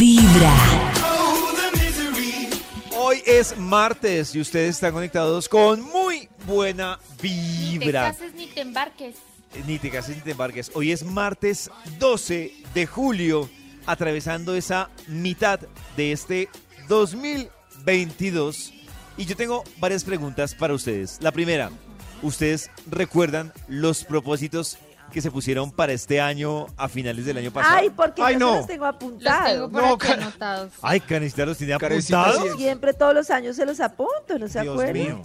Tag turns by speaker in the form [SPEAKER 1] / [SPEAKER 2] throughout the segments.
[SPEAKER 1] Vibra.
[SPEAKER 2] Hoy es martes y ustedes están conectados con muy buena
[SPEAKER 3] Ni te
[SPEAKER 2] vibra.
[SPEAKER 3] cases ni te embarques.
[SPEAKER 2] Ni te cases ni te embarques. Hoy es martes 12 de julio, atravesando esa mitad de este 2022. Y yo tengo varias preguntas para ustedes. La primera, ¿ustedes recuerdan los propósitos que se pusieron para este año a finales del año pasado?
[SPEAKER 4] Ay, porque
[SPEAKER 5] Ay,
[SPEAKER 4] yo
[SPEAKER 5] no.
[SPEAKER 4] se los tengo
[SPEAKER 3] Los tengo
[SPEAKER 4] apuntados.
[SPEAKER 3] por
[SPEAKER 5] No,
[SPEAKER 3] aquí
[SPEAKER 5] cara.
[SPEAKER 3] anotados.
[SPEAKER 2] Ay, Karencita los tiene
[SPEAKER 5] Karencita,
[SPEAKER 2] apuntados.
[SPEAKER 5] sí.
[SPEAKER 4] Siempre todos los años se los apunto, ¿no se
[SPEAKER 2] Dios
[SPEAKER 4] acuerdan?
[SPEAKER 2] mío.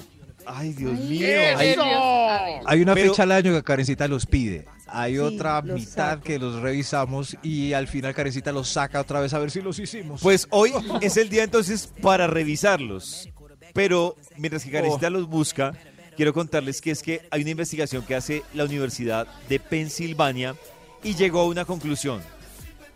[SPEAKER 2] Ay, Dios
[SPEAKER 3] Ay,
[SPEAKER 2] mío.
[SPEAKER 3] Dios,
[SPEAKER 2] Ay,
[SPEAKER 3] a ver.
[SPEAKER 5] Hay una
[SPEAKER 2] Pero-
[SPEAKER 5] fecha al año que Karencita los pide. Hay
[SPEAKER 4] Sí,
[SPEAKER 5] otra
[SPEAKER 4] los
[SPEAKER 5] mitad
[SPEAKER 4] saco.
[SPEAKER 5] que los revisamos y al final Karencita los saca otra vez a ver si los hicimos.
[SPEAKER 2] Pues hoy es el día entonces para revisarlos. Pero mientras que Karencita los busca, quiero contarles que es que hay una investigación que hace la Universidad de Pensilvania y llegó a una conclusión.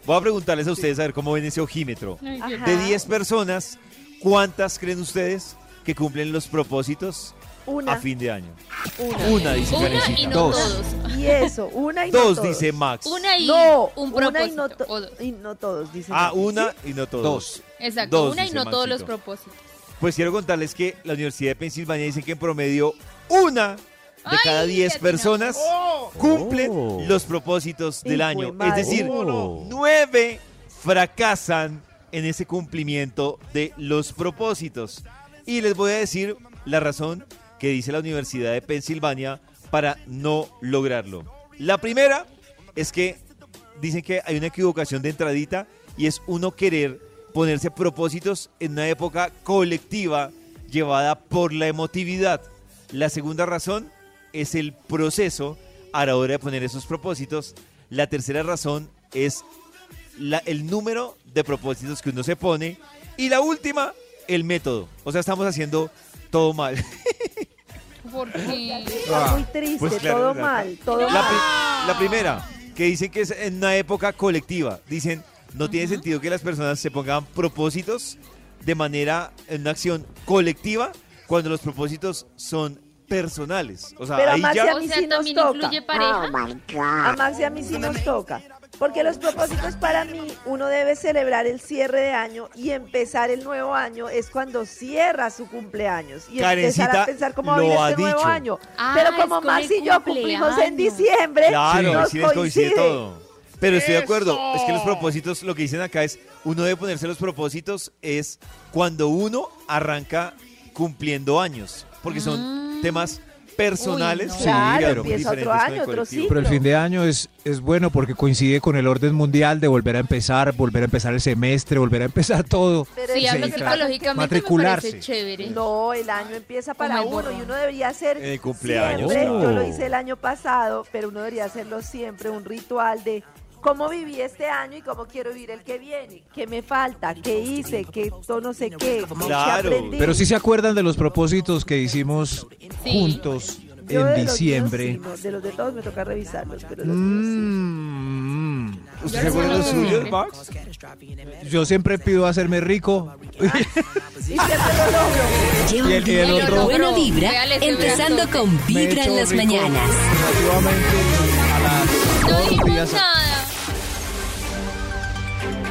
[SPEAKER 2] Voy a preguntarles a ustedes a ver cómo ven ese ojímetro.
[SPEAKER 3] Ay,
[SPEAKER 4] Ajá.
[SPEAKER 2] De 10 personas, ¿cuántas creen ustedes que cumplen los propósitos
[SPEAKER 4] Una,
[SPEAKER 2] a fin de año?
[SPEAKER 4] una.
[SPEAKER 2] Una dice
[SPEAKER 3] Una y
[SPEAKER 2] Karencita.
[SPEAKER 3] no
[SPEAKER 5] Dos.
[SPEAKER 3] todos.
[SPEAKER 4] Y eso, una y no
[SPEAKER 2] Dos
[SPEAKER 4] todos.
[SPEAKER 2] dice Max.
[SPEAKER 3] Una y
[SPEAKER 4] no,
[SPEAKER 3] un
[SPEAKER 4] una
[SPEAKER 3] propósito.
[SPEAKER 4] y no, to-
[SPEAKER 3] o dos.
[SPEAKER 4] y no todos, dice.
[SPEAKER 2] Ah,
[SPEAKER 4] Maxi.
[SPEAKER 2] una y no todos.
[SPEAKER 5] Dos.
[SPEAKER 3] Exacto,
[SPEAKER 2] Dos,
[SPEAKER 3] una y
[SPEAKER 2] dice
[SPEAKER 3] no todos los
[SPEAKER 2] Maxito.
[SPEAKER 3] propósitos.
[SPEAKER 2] Pues quiero contarles que la Universidad de Pensilvania dice que en promedio una de cada
[SPEAKER 3] Ay,
[SPEAKER 2] diez
[SPEAKER 3] latina.
[SPEAKER 2] personas cumplen los propósitos del
[SPEAKER 4] Oh. Hijo
[SPEAKER 2] año.
[SPEAKER 4] de madre.
[SPEAKER 2] Es decir,
[SPEAKER 1] Oh.
[SPEAKER 2] nueve fracasan en ese cumplimiento de los propósitos. Y les voy a decir la razón que dice la Universidad de Pensilvania para no lograrlo. La primera es que dicen que hay una equivocación de entradita y es uno querer ponerse propósitos en una época colectiva llevada por la emotividad. La segunda razón es el proceso a la hora de poner esos propósitos. La tercera razón es la- el número de propósitos que uno se pone. Y la última, el método. O sea, estamos haciendo todo mal.
[SPEAKER 3] Porque
[SPEAKER 4] Está muy triste,
[SPEAKER 2] Pues claro,
[SPEAKER 4] todo
[SPEAKER 2] la-
[SPEAKER 4] mal, todo
[SPEAKER 2] La,
[SPEAKER 4] mal.
[SPEAKER 2] pri- la primera, que dicen que es en una época colectiva. Dicen, no tiene sentido que las personas se pongan propósitos de manera, en una acción colectiva, cuando los propósitos son personales. O sea,
[SPEAKER 4] Pero a
[SPEAKER 2] ahí
[SPEAKER 4] Maxi
[SPEAKER 2] ya...
[SPEAKER 4] a
[SPEAKER 3] O
[SPEAKER 4] mí
[SPEAKER 3] sea,
[SPEAKER 4] sí nos
[SPEAKER 3] también
[SPEAKER 4] toca. Ah,
[SPEAKER 3] incluye pareja.
[SPEAKER 4] A Maxi a mí sí nos toca. Porque los propósitos para mí, uno debe celebrar el cierre de año y empezar el nuevo año es cuando cierra su cumpleaños. Y empezar
[SPEAKER 2] Karencita
[SPEAKER 4] a pensar cómo va a
[SPEAKER 2] lo
[SPEAKER 4] venir
[SPEAKER 2] ha
[SPEAKER 4] este nuevo
[SPEAKER 2] dicho.
[SPEAKER 4] año.
[SPEAKER 3] Ah,
[SPEAKER 4] Pero como
[SPEAKER 3] es con
[SPEAKER 4] Maxi y
[SPEAKER 3] el
[SPEAKER 4] yo cumplimos en
[SPEAKER 3] cumpleaños.
[SPEAKER 4] diciembre,
[SPEAKER 2] Claro,
[SPEAKER 4] nos
[SPEAKER 2] sí les coincide
[SPEAKER 4] coincide.
[SPEAKER 2] todo. Pero estoy de acuerdo, es que los propósitos, lo que dicen acá es, uno debe ponerse los propósitos es cuando uno arranca cumpliendo años, porque son
[SPEAKER 3] Mm.
[SPEAKER 2] temas personales.
[SPEAKER 3] Uy, no.
[SPEAKER 5] Sí,
[SPEAKER 4] claro,
[SPEAKER 5] pero muy
[SPEAKER 4] empieza otro
[SPEAKER 2] diferentes con el
[SPEAKER 4] año, otro
[SPEAKER 2] colectivo.
[SPEAKER 4] sí.
[SPEAKER 5] Pero el fin de año es, es bueno porque coincide con el orden mundial de volver a empezar, volver a empezar el semestre, volder a empezar todo.
[SPEAKER 4] Pero
[SPEAKER 3] si
[SPEAKER 4] es
[SPEAKER 3] hablo
[SPEAKER 4] que
[SPEAKER 5] claro.
[SPEAKER 3] psicológicamente me
[SPEAKER 5] Matricularse.
[SPEAKER 3] parece chévere.
[SPEAKER 4] No, el año empieza para
[SPEAKER 3] Como el
[SPEAKER 4] uno
[SPEAKER 3] borrón.
[SPEAKER 4] y uno debería hacer
[SPEAKER 2] En el cumpleaños,
[SPEAKER 4] siempre,
[SPEAKER 2] claro.
[SPEAKER 4] yo lo hice el año pasado, pero uno debería hacerlo siempre, un ritual de cómo viví este año y cómo quiero vivir el que viene, qué me falta, qué hice, qué to- no sé qué, qué
[SPEAKER 2] Claro,
[SPEAKER 4] aprendí.
[SPEAKER 5] Pero si se acuerdan de los propósitos que hicimos
[SPEAKER 3] Sí.
[SPEAKER 5] juntos
[SPEAKER 4] Yo
[SPEAKER 5] en
[SPEAKER 4] de los míos
[SPEAKER 5] diciembre.
[SPEAKER 4] sí, no, de los de todos me toca revisarlos, pero los míos
[SPEAKER 5] Mm,
[SPEAKER 2] ¿Usted se acuerda de los suyos,
[SPEAKER 3] Mm.
[SPEAKER 2] Max?
[SPEAKER 5] yo siempre pido hacerme rico.
[SPEAKER 4] Ah, sí. Y siempre lo logro.
[SPEAKER 1] Lleva
[SPEAKER 5] Y el- y el
[SPEAKER 1] una
[SPEAKER 5] otro.
[SPEAKER 1] buena vibra,
[SPEAKER 3] Véale ese
[SPEAKER 1] empezando
[SPEAKER 3] brazo.
[SPEAKER 5] Me
[SPEAKER 1] con
[SPEAKER 5] he
[SPEAKER 1] Vibra en
[SPEAKER 5] hecho
[SPEAKER 1] las
[SPEAKER 5] rico
[SPEAKER 1] mañanas.
[SPEAKER 5] relativamente a las-
[SPEAKER 3] No
[SPEAKER 5] todos los
[SPEAKER 3] dijimos
[SPEAKER 5] días a-
[SPEAKER 3] nada.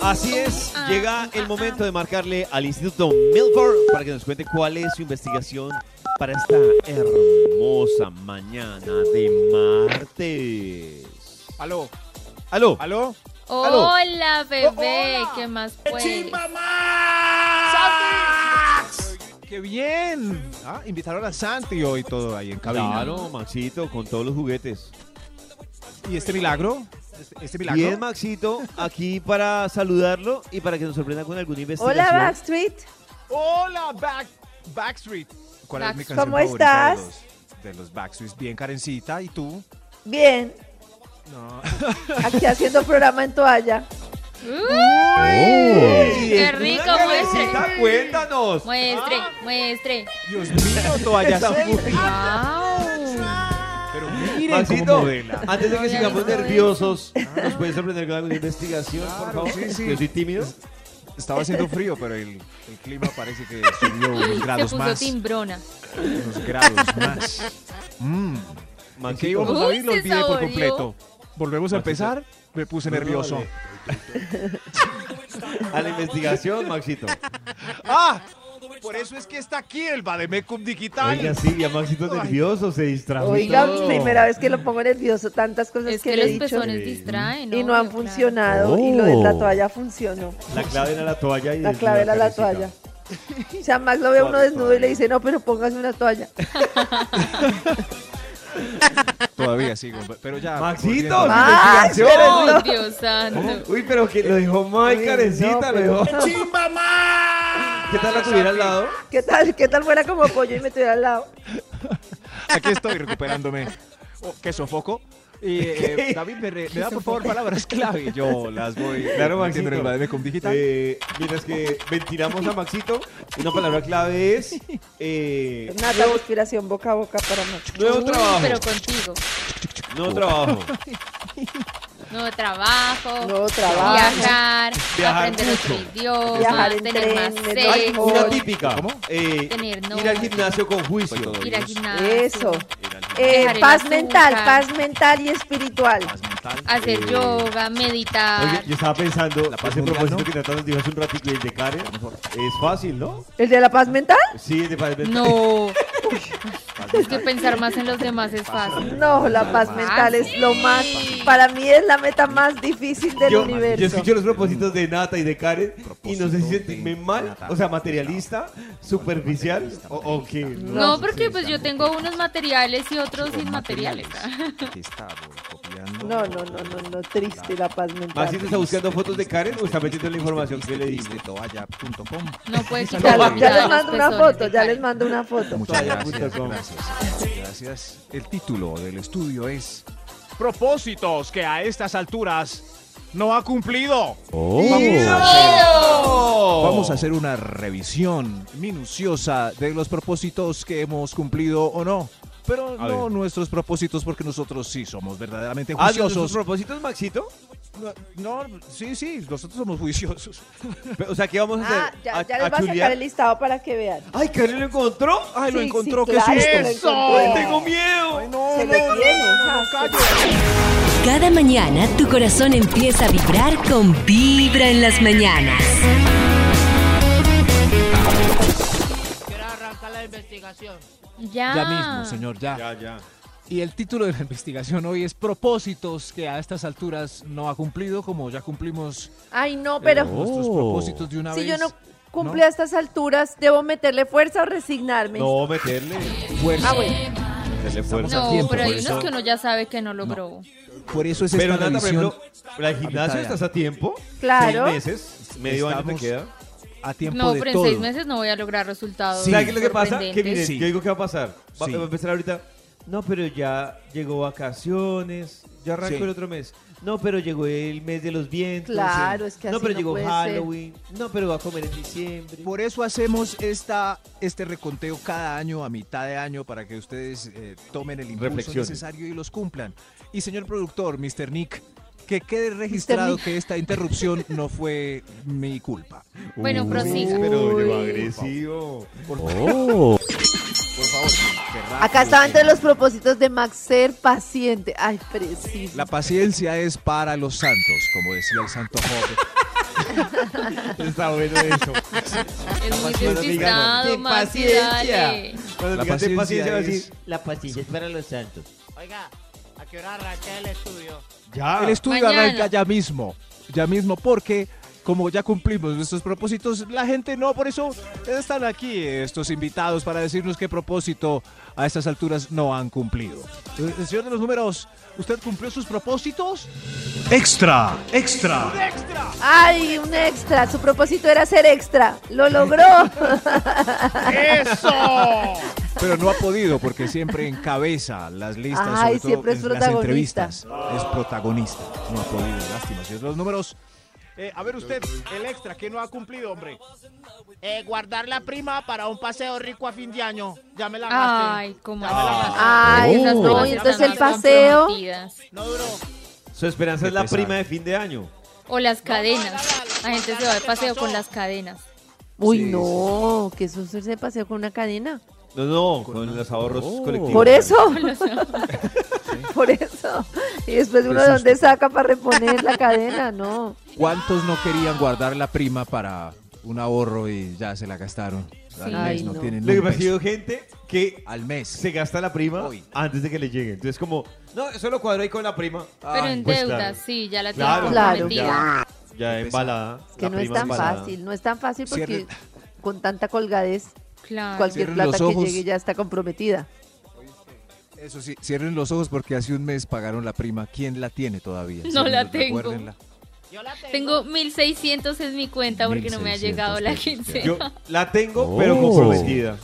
[SPEAKER 2] Así es, llega el momento de marcarle al Instituto Milford para que nos cuente cuál es su investigación para esta hermosa mañana de martes.
[SPEAKER 5] Aló,
[SPEAKER 2] Aló.
[SPEAKER 5] aló. Oh, Aló.
[SPEAKER 3] Hola, bebé. ¿Qué más puedes?
[SPEAKER 5] ¡Qué bien! Ah, invitaron a Santi hoy todo ahí en cabina.
[SPEAKER 2] Claro, Maxito, con todos los juguetes.
[SPEAKER 5] ¿Y este milagro? ¿Este, este milagro?
[SPEAKER 2] Bien, Maxito, aquí para saludarlo y para que nos sorprenda con alguna investigación.
[SPEAKER 4] Hola Backstreet,
[SPEAKER 5] Hola, Back, Backstreet. ¿Cuál es mi
[SPEAKER 3] Backstreet.
[SPEAKER 5] canción
[SPEAKER 4] ¿Cómo
[SPEAKER 5] favorita
[SPEAKER 4] estás?
[SPEAKER 5] De los, de los Backstreets. Bien, Karencita. ¿Y tú?
[SPEAKER 4] bien,
[SPEAKER 5] No.
[SPEAKER 4] aquí haciendo programa en toalla.
[SPEAKER 2] Oh. Juanita, cuéntanos.
[SPEAKER 3] Muestre, muestre.
[SPEAKER 6] Dios mío, toallas
[SPEAKER 5] Ah.
[SPEAKER 3] ¡Wow!
[SPEAKER 6] Pero miren cómo
[SPEAKER 2] Maxito,
[SPEAKER 6] modela.
[SPEAKER 2] antes de que
[SPEAKER 3] ya
[SPEAKER 2] sigamos
[SPEAKER 3] visto eso.
[SPEAKER 2] nerviosos, ¿nos puedes sorprender con alguna investigación, por favor?
[SPEAKER 6] sí, sí.
[SPEAKER 2] Yo soy tímido.
[SPEAKER 6] Estaba haciendo frío, pero el, el clima parece que subió unos
[SPEAKER 3] Se
[SPEAKER 6] grados
[SPEAKER 3] puso
[SPEAKER 6] más.
[SPEAKER 3] timbrona.
[SPEAKER 6] Unos grados más. Mm. ¿En qué íbamos a
[SPEAKER 3] Uy,
[SPEAKER 6] ir? Lo
[SPEAKER 3] se
[SPEAKER 6] olvidé por
[SPEAKER 3] saboreó.
[SPEAKER 6] completo. Volvemos a empezar. Me puse nervioso.
[SPEAKER 2] A la investigación, Maxito.
[SPEAKER 6] ¡Ah! Por eso es que está aquí el Bademecum Digital.
[SPEAKER 2] Oiga, sí, ya Maxito es nervioso, se distrajo. y
[SPEAKER 4] Oiga,
[SPEAKER 2] todo.
[SPEAKER 4] primera vez que lo pongo nervioso, tantas cosas
[SPEAKER 3] Es
[SPEAKER 4] que,
[SPEAKER 3] que
[SPEAKER 4] le he
[SPEAKER 3] los
[SPEAKER 4] dicho
[SPEAKER 3] pezones distraen.
[SPEAKER 4] y no han
[SPEAKER 3] obvio, claro.
[SPEAKER 4] funcionado y lo de la
[SPEAKER 2] Oh.
[SPEAKER 4] toalla funcionó.
[SPEAKER 2] La clave era la toalla. Y
[SPEAKER 4] La
[SPEAKER 2] el-
[SPEAKER 4] clave era la
[SPEAKER 2] cabecita.
[SPEAKER 4] toalla. O sea, Max lo ve a uno
[SPEAKER 2] Suave,
[SPEAKER 4] desnudo y le dice, no, pero póngase una toalla.
[SPEAKER 6] Todavía sigo, pero ya.
[SPEAKER 2] Maxito,
[SPEAKER 6] volviendo.
[SPEAKER 4] Ma-
[SPEAKER 2] ¡Max!
[SPEAKER 4] pero
[SPEAKER 3] Ay, Dios santo.
[SPEAKER 2] Uy, pero que lo dijo Mike,
[SPEAKER 4] Uy,
[SPEAKER 2] carecita, lo
[SPEAKER 4] no, pero-
[SPEAKER 2] dijo. ¿Qué tal la tuviera al lado?
[SPEAKER 4] ¿Qué tal? ¿Qué tal fuera como pollo y me tuviera al lado?
[SPEAKER 6] Aquí estoy recuperándome. Oh, ¡Qué sofoco! Y, eh,
[SPEAKER 2] ¿Qué?
[SPEAKER 6] David, ¿me, re- me da por favor palabras clave? Yo las voy
[SPEAKER 2] Claro,
[SPEAKER 6] metiendo en el
[SPEAKER 2] Maxito.
[SPEAKER 6] Bademecum Digital.
[SPEAKER 2] Eh, mientras que ventilamos a Maxito, una palabra clave es eh,
[SPEAKER 4] Nata, respiración boca a boca para Max.
[SPEAKER 2] nuevo
[SPEAKER 3] Uy,
[SPEAKER 2] trabajo.
[SPEAKER 3] pero contigo.
[SPEAKER 2] Nuevo trabajo.
[SPEAKER 3] Nuevo trabajo.
[SPEAKER 4] Nuevo trabajo.
[SPEAKER 3] Viajar.
[SPEAKER 2] Viajar
[SPEAKER 3] aprender
[SPEAKER 2] mucho.
[SPEAKER 3] otro idioma.
[SPEAKER 4] Viajar en
[SPEAKER 3] tener más
[SPEAKER 4] tren,
[SPEAKER 3] sexo.
[SPEAKER 2] Ay,
[SPEAKER 4] mejor.
[SPEAKER 2] una típica.
[SPEAKER 6] ¿Cómo?
[SPEAKER 2] Eh,
[SPEAKER 3] Eh, oh. Tener
[SPEAKER 2] ir al
[SPEAKER 3] novio.
[SPEAKER 2] gimnasio con juicio.
[SPEAKER 6] Pues
[SPEAKER 3] Ir al gimnasio.
[SPEAKER 4] Eso. Eh,
[SPEAKER 3] Dejar el
[SPEAKER 4] paz
[SPEAKER 3] azúcar.
[SPEAKER 4] mental, paz mental y espiritual.
[SPEAKER 3] Hacer
[SPEAKER 2] Eh,
[SPEAKER 3] yoga, meditar.
[SPEAKER 2] Oye, yo estaba pensando,
[SPEAKER 6] La paz
[SPEAKER 2] ese
[SPEAKER 6] mundial,
[SPEAKER 2] propósito
[SPEAKER 6] ¿no?
[SPEAKER 2] que Natalia nos dijo hace un ratito y el de Karen, es fácil, ¿no?
[SPEAKER 4] ¿El de la paz mental?
[SPEAKER 2] Sí, de paz mental.
[SPEAKER 3] No. es que pensar más en los demás es fácil.
[SPEAKER 4] No, la paz mental es lo más. Para mí es la meta más difícil del
[SPEAKER 2] Yo, yo
[SPEAKER 4] universo.
[SPEAKER 2] escucho los propósitos de Nata y de Karen y no sé si
[SPEAKER 6] Propósito
[SPEAKER 2] sentirme
[SPEAKER 6] de
[SPEAKER 2] mal,
[SPEAKER 6] Nata.
[SPEAKER 2] o sea, materialista, superficial o, o qué. ¿no?
[SPEAKER 3] No, porque pues yo tengo unos materiales y otros sin materiales.
[SPEAKER 6] Aquí está, voy copiando.
[SPEAKER 4] No, no, no, no, no, triste la paz mental.
[SPEAKER 2] Maxito está buscando fotos de Karen o está metiendo la información que le diste.
[SPEAKER 6] toalla.com.
[SPEAKER 3] No puede quitar
[SPEAKER 4] Ya,
[SPEAKER 3] la
[SPEAKER 4] ya
[SPEAKER 3] mirada
[SPEAKER 4] les
[SPEAKER 3] de los
[SPEAKER 4] mando una
[SPEAKER 3] pezones
[SPEAKER 4] foto,
[SPEAKER 3] de
[SPEAKER 4] ya
[SPEAKER 3] Karen.
[SPEAKER 4] les mando una foto.
[SPEAKER 6] Muchas
[SPEAKER 2] Toalla
[SPEAKER 6] gracias,
[SPEAKER 2] punto com.
[SPEAKER 6] gracias. Gracias. El título del estudio es Propósitos que a estas alturas no ha cumplido. Vamos, a hacer, vamos a hacer una revisión minuciosa de los propósitos que hemos cumplido o no. Pero
[SPEAKER 2] A
[SPEAKER 6] no
[SPEAKER 2] ver.
[SPEAKER 6] nuestros propósitos porque nosotros sí somos verdaderamente
[SPEAKER 2] Ah, ¿no, ¿sus
[SPEAKER 6] juiciosos.
[SPEAKER 2] propósitos, Maxito?
[SPEAKER 6] No, no, sí, sí, nosotros somos juiciosos.
[SPEAKER 2] Pe- O sea, ¿qué vamos a hacer?
[SPEAKER 4] Ah, ya, ya
[SPEAKER 2] ¿A- a
[SPEAKER 4] les voy a sacar
[SPEAKER 2] chulear?
[SPEAKER 4] el listado para que vean.
[SPEAKER 2] ¡Ay, Karen lo encontró! ¡Ay, lo
[SPEAKER 4] Sí, sí,
[SPEAKER 2] encontró! ¡Qué
[SPEAKER 4] claro que lo
[SPEAKER 2] susto!
[SPEAKER 4] encontró.
[SPEAKER 2] ¡Ay, ¡Tengo miedo!
[SPEAKER 4] Se le tiene, ah, se le-
[SPEAKER 7] Cada mañana tu corazón empieza a vibrar con Vibra en las mañanas.
[SPEAKER 8] Quiero arrancar la investigación.
[SPEAKER 3] Ya.
[SPEAKER 9] Ya mismo, señor, ya.
[SPEAKER 2] ya.
[SPEAKER 9] Y el título de la investigación hoy es Propósitos que a estas alturas no ha cumplido, como ya cumplimos eh,
[SPEAKER 4] Ay, no, pero
[SPEAKER 9] nuestros
[SPEAKER 2] Oh.
[SPEAKER 9] propósitos de una
[SPEAKER 4] si
[SPEAKER 9] vez.
[SPEAKER 4] yo no cumplo a estas alturas, ¿debo meterle fuerza o resignarme?
[SPEAKER 2] No, meterle.
[SPEAKER 9] Fuerza.
[SPEAKER 4] Ah, bueno.
[SPEAKER 2] Meterle
[SPEAKER 6] Estamos
[SPEAKER 2] fuerza.
[SPEAKER 6] a
[SPEAKER 3] No,
[SPEAKER 6] tiempo,
[SPEAKER 3] pero
[SPEAKER 6] por
[SPEAKER 3] hay
[SPEAKER 6] eso.
[SPEAKER 3] unos que uno ya sabe que no logró.
[SPEAKER 6] Por eso es
[SPEAKER 2] Pero
[SPEAKER 6] esta
[SPEAKER 2] Nata, por
[SPEAKER 6] revisión.
[SPEAKER 2] ejemplo, ¿la del
[SPEAKER 6] mitad
[SPEAKER 2] gimnasio
[SPEAKER 6] de
[SPEAKER 2] estás a tiempo?
[SPEAKER 4] Claro.
[SPEAKER 2] Seis meses, medio año te
[SPEAKER 6] Estamos-
[SPEAKER 2] queda.
[SPEAKER 6] a tiempo
[SPEAKER 3] No,
[SPEAKER 6] de
[SPEAKER 3] pero en
[SPEAKER 6] todo.
[SPEAKER 3] seis meses no voy a lograr resultados.
[SPEAKER 6] Sí.
[SPEAKER 2] ¿Sabes qué es lo que pasa? Que
[SPEAKER 3] sorprendentes.
[SPEAKER 2] miren,
[SPEAKER 6] Sí.
[SPEAKER 2] yo digo que va a pasar. Va,
[SPEAKER 6] Sí.
[SPEAKER 2] va a empezar ahorita. No, pero ya llegó vacaciones. Ya arrancó
[SPEAKER 6] Sí.
[SPEAKER 2] el otro mes. No, pero llegó el mes de los vientos.
[SPEAKER 4] Claro, es que
[SPEAKER 2] No,
[SPEAKER 4] así
[SPEAKER 2] pero
[SPEAKER 4] no
[SPEAKER 2] llegó
[SPEAKER 4] puede ser.
[SPEAKER 2] Halloween. No, pero va a comer en diciembre.
[SPEAKER 6] Por eso hacemos esta, este reconteo cada año, a mitad de año, para que ustedes eh, tomen el impulso
[SPEAKER 2] Reflexiones.
[SPEAKER 6] necesario y los cumplan. Y señor productor, Mr. Nick, que quede registrado que esta interrupción no fue mi culpa.
[SPEAKER 3] Bueno, prosiga.
[SPEAKER 2] Pero llegó
[SPEAKER 4] Uy.
[SPEAKER 2] agresivo.
[SPEAKER 6] Por favor, que rápido,
[SPEAKER 4] Acá estaba
[SPEAKER 6] que-
[SPEAKER 4] entre los propósitos de Max ser paciente. Ay, preciso.
[SPEAKER 6] La paciencia es para los santos, como decía el santo Job.
[SPEAKER 2] Está bueno eso.
[SPEAKER 3] Es muy
[SPEAKER 2] Cuando digan,
[SPEAKER 3] despistado,
[SPEAKER 2] "Ten
[SPEAKER 3] Maxi, dale.
[SPEAKER 2] Cuando
[SPEAKER 6] La
[SPEAKER 2] digan, "Ten paciencia",
[SPEAKER 6] paciencia
[SPEAKER 2] va a
[SPEAKER 6] es-
[SPEAKER 2] decir, La paciencia es para los santos.
[SPEAKER 8] Oiga, ¿a qué hora arranca el estudio?
[SPEAKER 2] Ya.
[SPEAKER 6] El estudio
[SPEAKER 3] Mañana.
[SPEAKER 6] arranca ya mismo, ya mismo, porque como ya cumplimos nuestros propósitos, la gente no, por eso están aquí estos invitados para decirnos qué propósito a estas alturas no han cumplido. Eh, Señor de los números, ¿usted cumplió sus propósitos?
[SPEAKER 10] Extra, extra.
[SPEAKER 4] Ay, un extra. Su propósito era ser extra. Lo logró.
[SPEAKER 6] Pero no ha podido porque siempre encabeza las listas,
[SPEAKER 4] Ay,
[SPEAKER 6] sobre todo
[SPEAKER 4] siempre es
[SPEAKER 6] en las
[SPEAKER 4] protagonista.
[SPEAKER 6] entrevistas. Es protagonista. No ha podido, lástima. Señor de los números,
[SPEAKER 5] Eh, a ver usted, el extra que no ha cumplido, hombre.
[SPEAKER 1] Eh, guardar la prima para un paseo rico a fin de año. Ya me la gasté.
[SPEAKER 3] Ay, como
[SPEAKER 2] Ah.
[SPEAKER 4] Ay,
[SPEAKER 3] Esas
[SPEAKER 4] no,
[SPEAKER 3] primas
[SPEAKER 4] entonces
[SPEAKER 3] están
[SPEAKER 4] el paseo.
[SPEAKER 3] comprometidas.
[SPEAKER 1] No duró.
[SPEAKER 2] Su esperanza
[SPEAKER 5] Qué
[SPEAKER 2] es la
[SPEAKER 5] pesar.
[SPEAKER 2] prima de fin de año.
[SPEAKER 3] O las cadenas.
[SPEAKER 1] guárdala,
[SPEAKER 3] La gente se va de
[SPEAKER 1] ¿qué
[SPEAKER 3] paseo
[SPEAKER 1] pasó?
[SPEAKER 3] con las cadenas.
[SPEAKER 4] Uy,
[SPEAKER 5] Sí,
[SPEAKER 4] no, que eso se se pasea con una cadena.
[SPEAKER 2] No, no, con, Oh. los ahorros colectivos.
[SPEAKER 4] Por eso. Por eso. Y después uno de dónde saca para reponer la cadena, no.
[SPEAKER 6] ¿Cuántos no querían guardar la prima para un ahorro y ya se la gastaron?
[SPEAKER 3] Sí.
[SPEAKER 6] Al mes
[SPEAKER 3] Ay,
[SPEAKER 6] no,
[SPEAKER 4] no.
[SPEAKER 6] tienen
[SPEAKER 2] Lo que
[SPEAKER 6] un
[SPEAKER 2] pasa es que
[SPEAKER 6] peso.
[SPEAKER 2] hay gente que
[SPEAKER 6] Al mes.
[SPEAKER 2] se gasta la prima
[SPEAKER 6] Uy.
[SPEAKER 2] antes de que le llegue. Entonces, como, no, eso lo cuadro ahí con la prima.
[SPEAKER 3] Pero
[SPEAKER 2] Ay,
[SPEAKER 3] en
[SPEAKER 2] pues,
[SPEAKER 3] deuda,
[SPEAKER 2] claro.
[SPEAKER 3] sí, ya la
[SPEAKER 2] Claro,
[SPEAKER 3] tengo
[SPEAKER 4] claro,
[SPEAKER 3] comprometida.
[SPEAKER 2] Ya
[SPEAKER 6] Qué
[SPEAKER 2] embalada.
[SPEAKER 4] Que
[SPEAKER 2] la
[SPEAKER 4] no es
[SPEAKER 2] prima
[SPEAKER 4] tan
[SPEAKER 2] embalada.
[SPEAKER 4] fácil, no es tan fácil porque
[SPEAKER 6] Cierren-
[SPEAKER 4] con tanta colgadez,
[SPEAKER 3] Claro.
[SPEAKER 4] cualquier
[SPEAKER 6] cierren
[SPEAKER 4] plata
[SPEAKER 6] los
[SPEAKER 4] que
[SPEAKER 6] ojos.
[SPEAKER 4] llegue ya está comprometida.
[SPEAKER 6] Eso sí, cierren los ojos porque hace un mes pagaron la prima. ¿Quién la tiene todavía?
[SPEAKER 3] No
[SPEAKER 6] Cierren
[SPEAKER 3] la
[SPEAKER 6] los-
[SPEAKER 3] tengo.
[SPEAKER 6] recuérdenla.
[SPEAKER 1] Yo la tengo.
[SPEAKER 3] Tengo 1600 en mi cuenta porque no me ha
[SPEAKER 6] 1.600
[SPEAKER 3] llegado la
[SPEAKER 6] pesos,
[SPEAKER 3] quincena.
[SPEAKER 2] Yo la tengo,
[SPEAKER 6] Oh.
[SPEAKER 2] pero comprometida.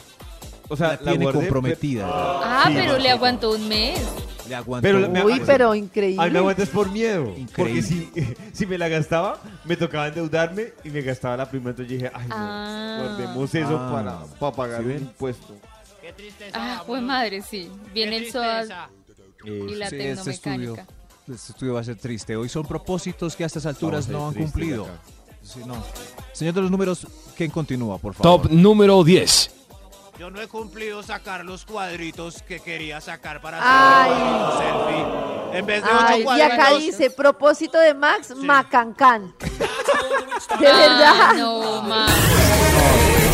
[SPEAKER 2] O sea,
[SPEAKER 6] La,
[SPEAKER 2] la,
[SPEAKER 6] tiene
[SPEAKER 2] guardé,
[SPEAKER 6] comprometida.
[SPEAKER 3] Ah,
[SPEAKER 2] Sí,
[SPEAKER 3] pero
[SPEAKER 2] sí, sí.
[SPEAKER 3] le aguantó un mes.
[SPEAKER 6] Le aguantó.
[SPEAKER 2] Pero la- me
[SPEAKER 4] Uy,
[SPEAKER 2] aguanto.
[SPEAKER 4] pero
[SPEAKER 2] A mí me
[SPEAKER 4] increíble.
[SPEAKER 2] aguantas por miedo. Porque
[SPEAKER 6] Increíble.
[SPEAKER 2] si, si me la gastaba, me tocaba endeudarme y me gastaba la prima. Entonces dije, ay, no,
[SPEAKER 3] Ah.
[SPEAKER 2] guardemos eso
[SPEAKER 6] Ah.
[SPEAKER 2] para, para pagar
[SPEAKER 6] ¿Sí
[SPEAKER 2] un
[SPEAKER 6] ven?
[SPEAKER 2] impuesto.
[SPEAKER 1] Qué tristeza.
[SPEAKER 3] Ah,
[SPEAKER 1] amor.
[SPEAKER 3] pues madre, sí.
[SPEAKER 1] Qué
[SPEAKER 3] Viene el SOAS
[SPEAKER 1] tristeza.
[SPEAKER 3] y la
[SPEAKER 6] Sí, este estudio,
[SPEAKER 3] tecnomecánica.
[SPEAKER 6] este estudio va a ser triste. Hoy son propósitos que a estas
[SPEAKER 2] Vamos
[SPEAKER 6] alturas
[SPEAKER 2] a ir
[SPEAKER 6] no han
[SPEAKER 2] tristes
[SPEAKER 6] cumplido.
[SPEAKER 2] acá.
[SPEAKER 6] Sí, no. Señor de los números, ¿quién continúa, por favor?
[SPEAKER 11] Top número 10.
[SPEAKER 1] Yo no he cumplido sacar los cuadritos que quería sacar para
[SPEAKER 4] Ay.
[SPEAKER 1] hacer el selfie. En vez de
[SPEAKER 4] Ay,
[SPEAKER 1] ocho
[SPEAKER 4] y acá
[SPEAKER 1] cuadritos.
[SPEAKER 4] dice, propósito de Max, Macancán. De
[SPEAKER 3] Ah,
[SPEAKER 4] verdad.
[SPEAKER 3] no, madre.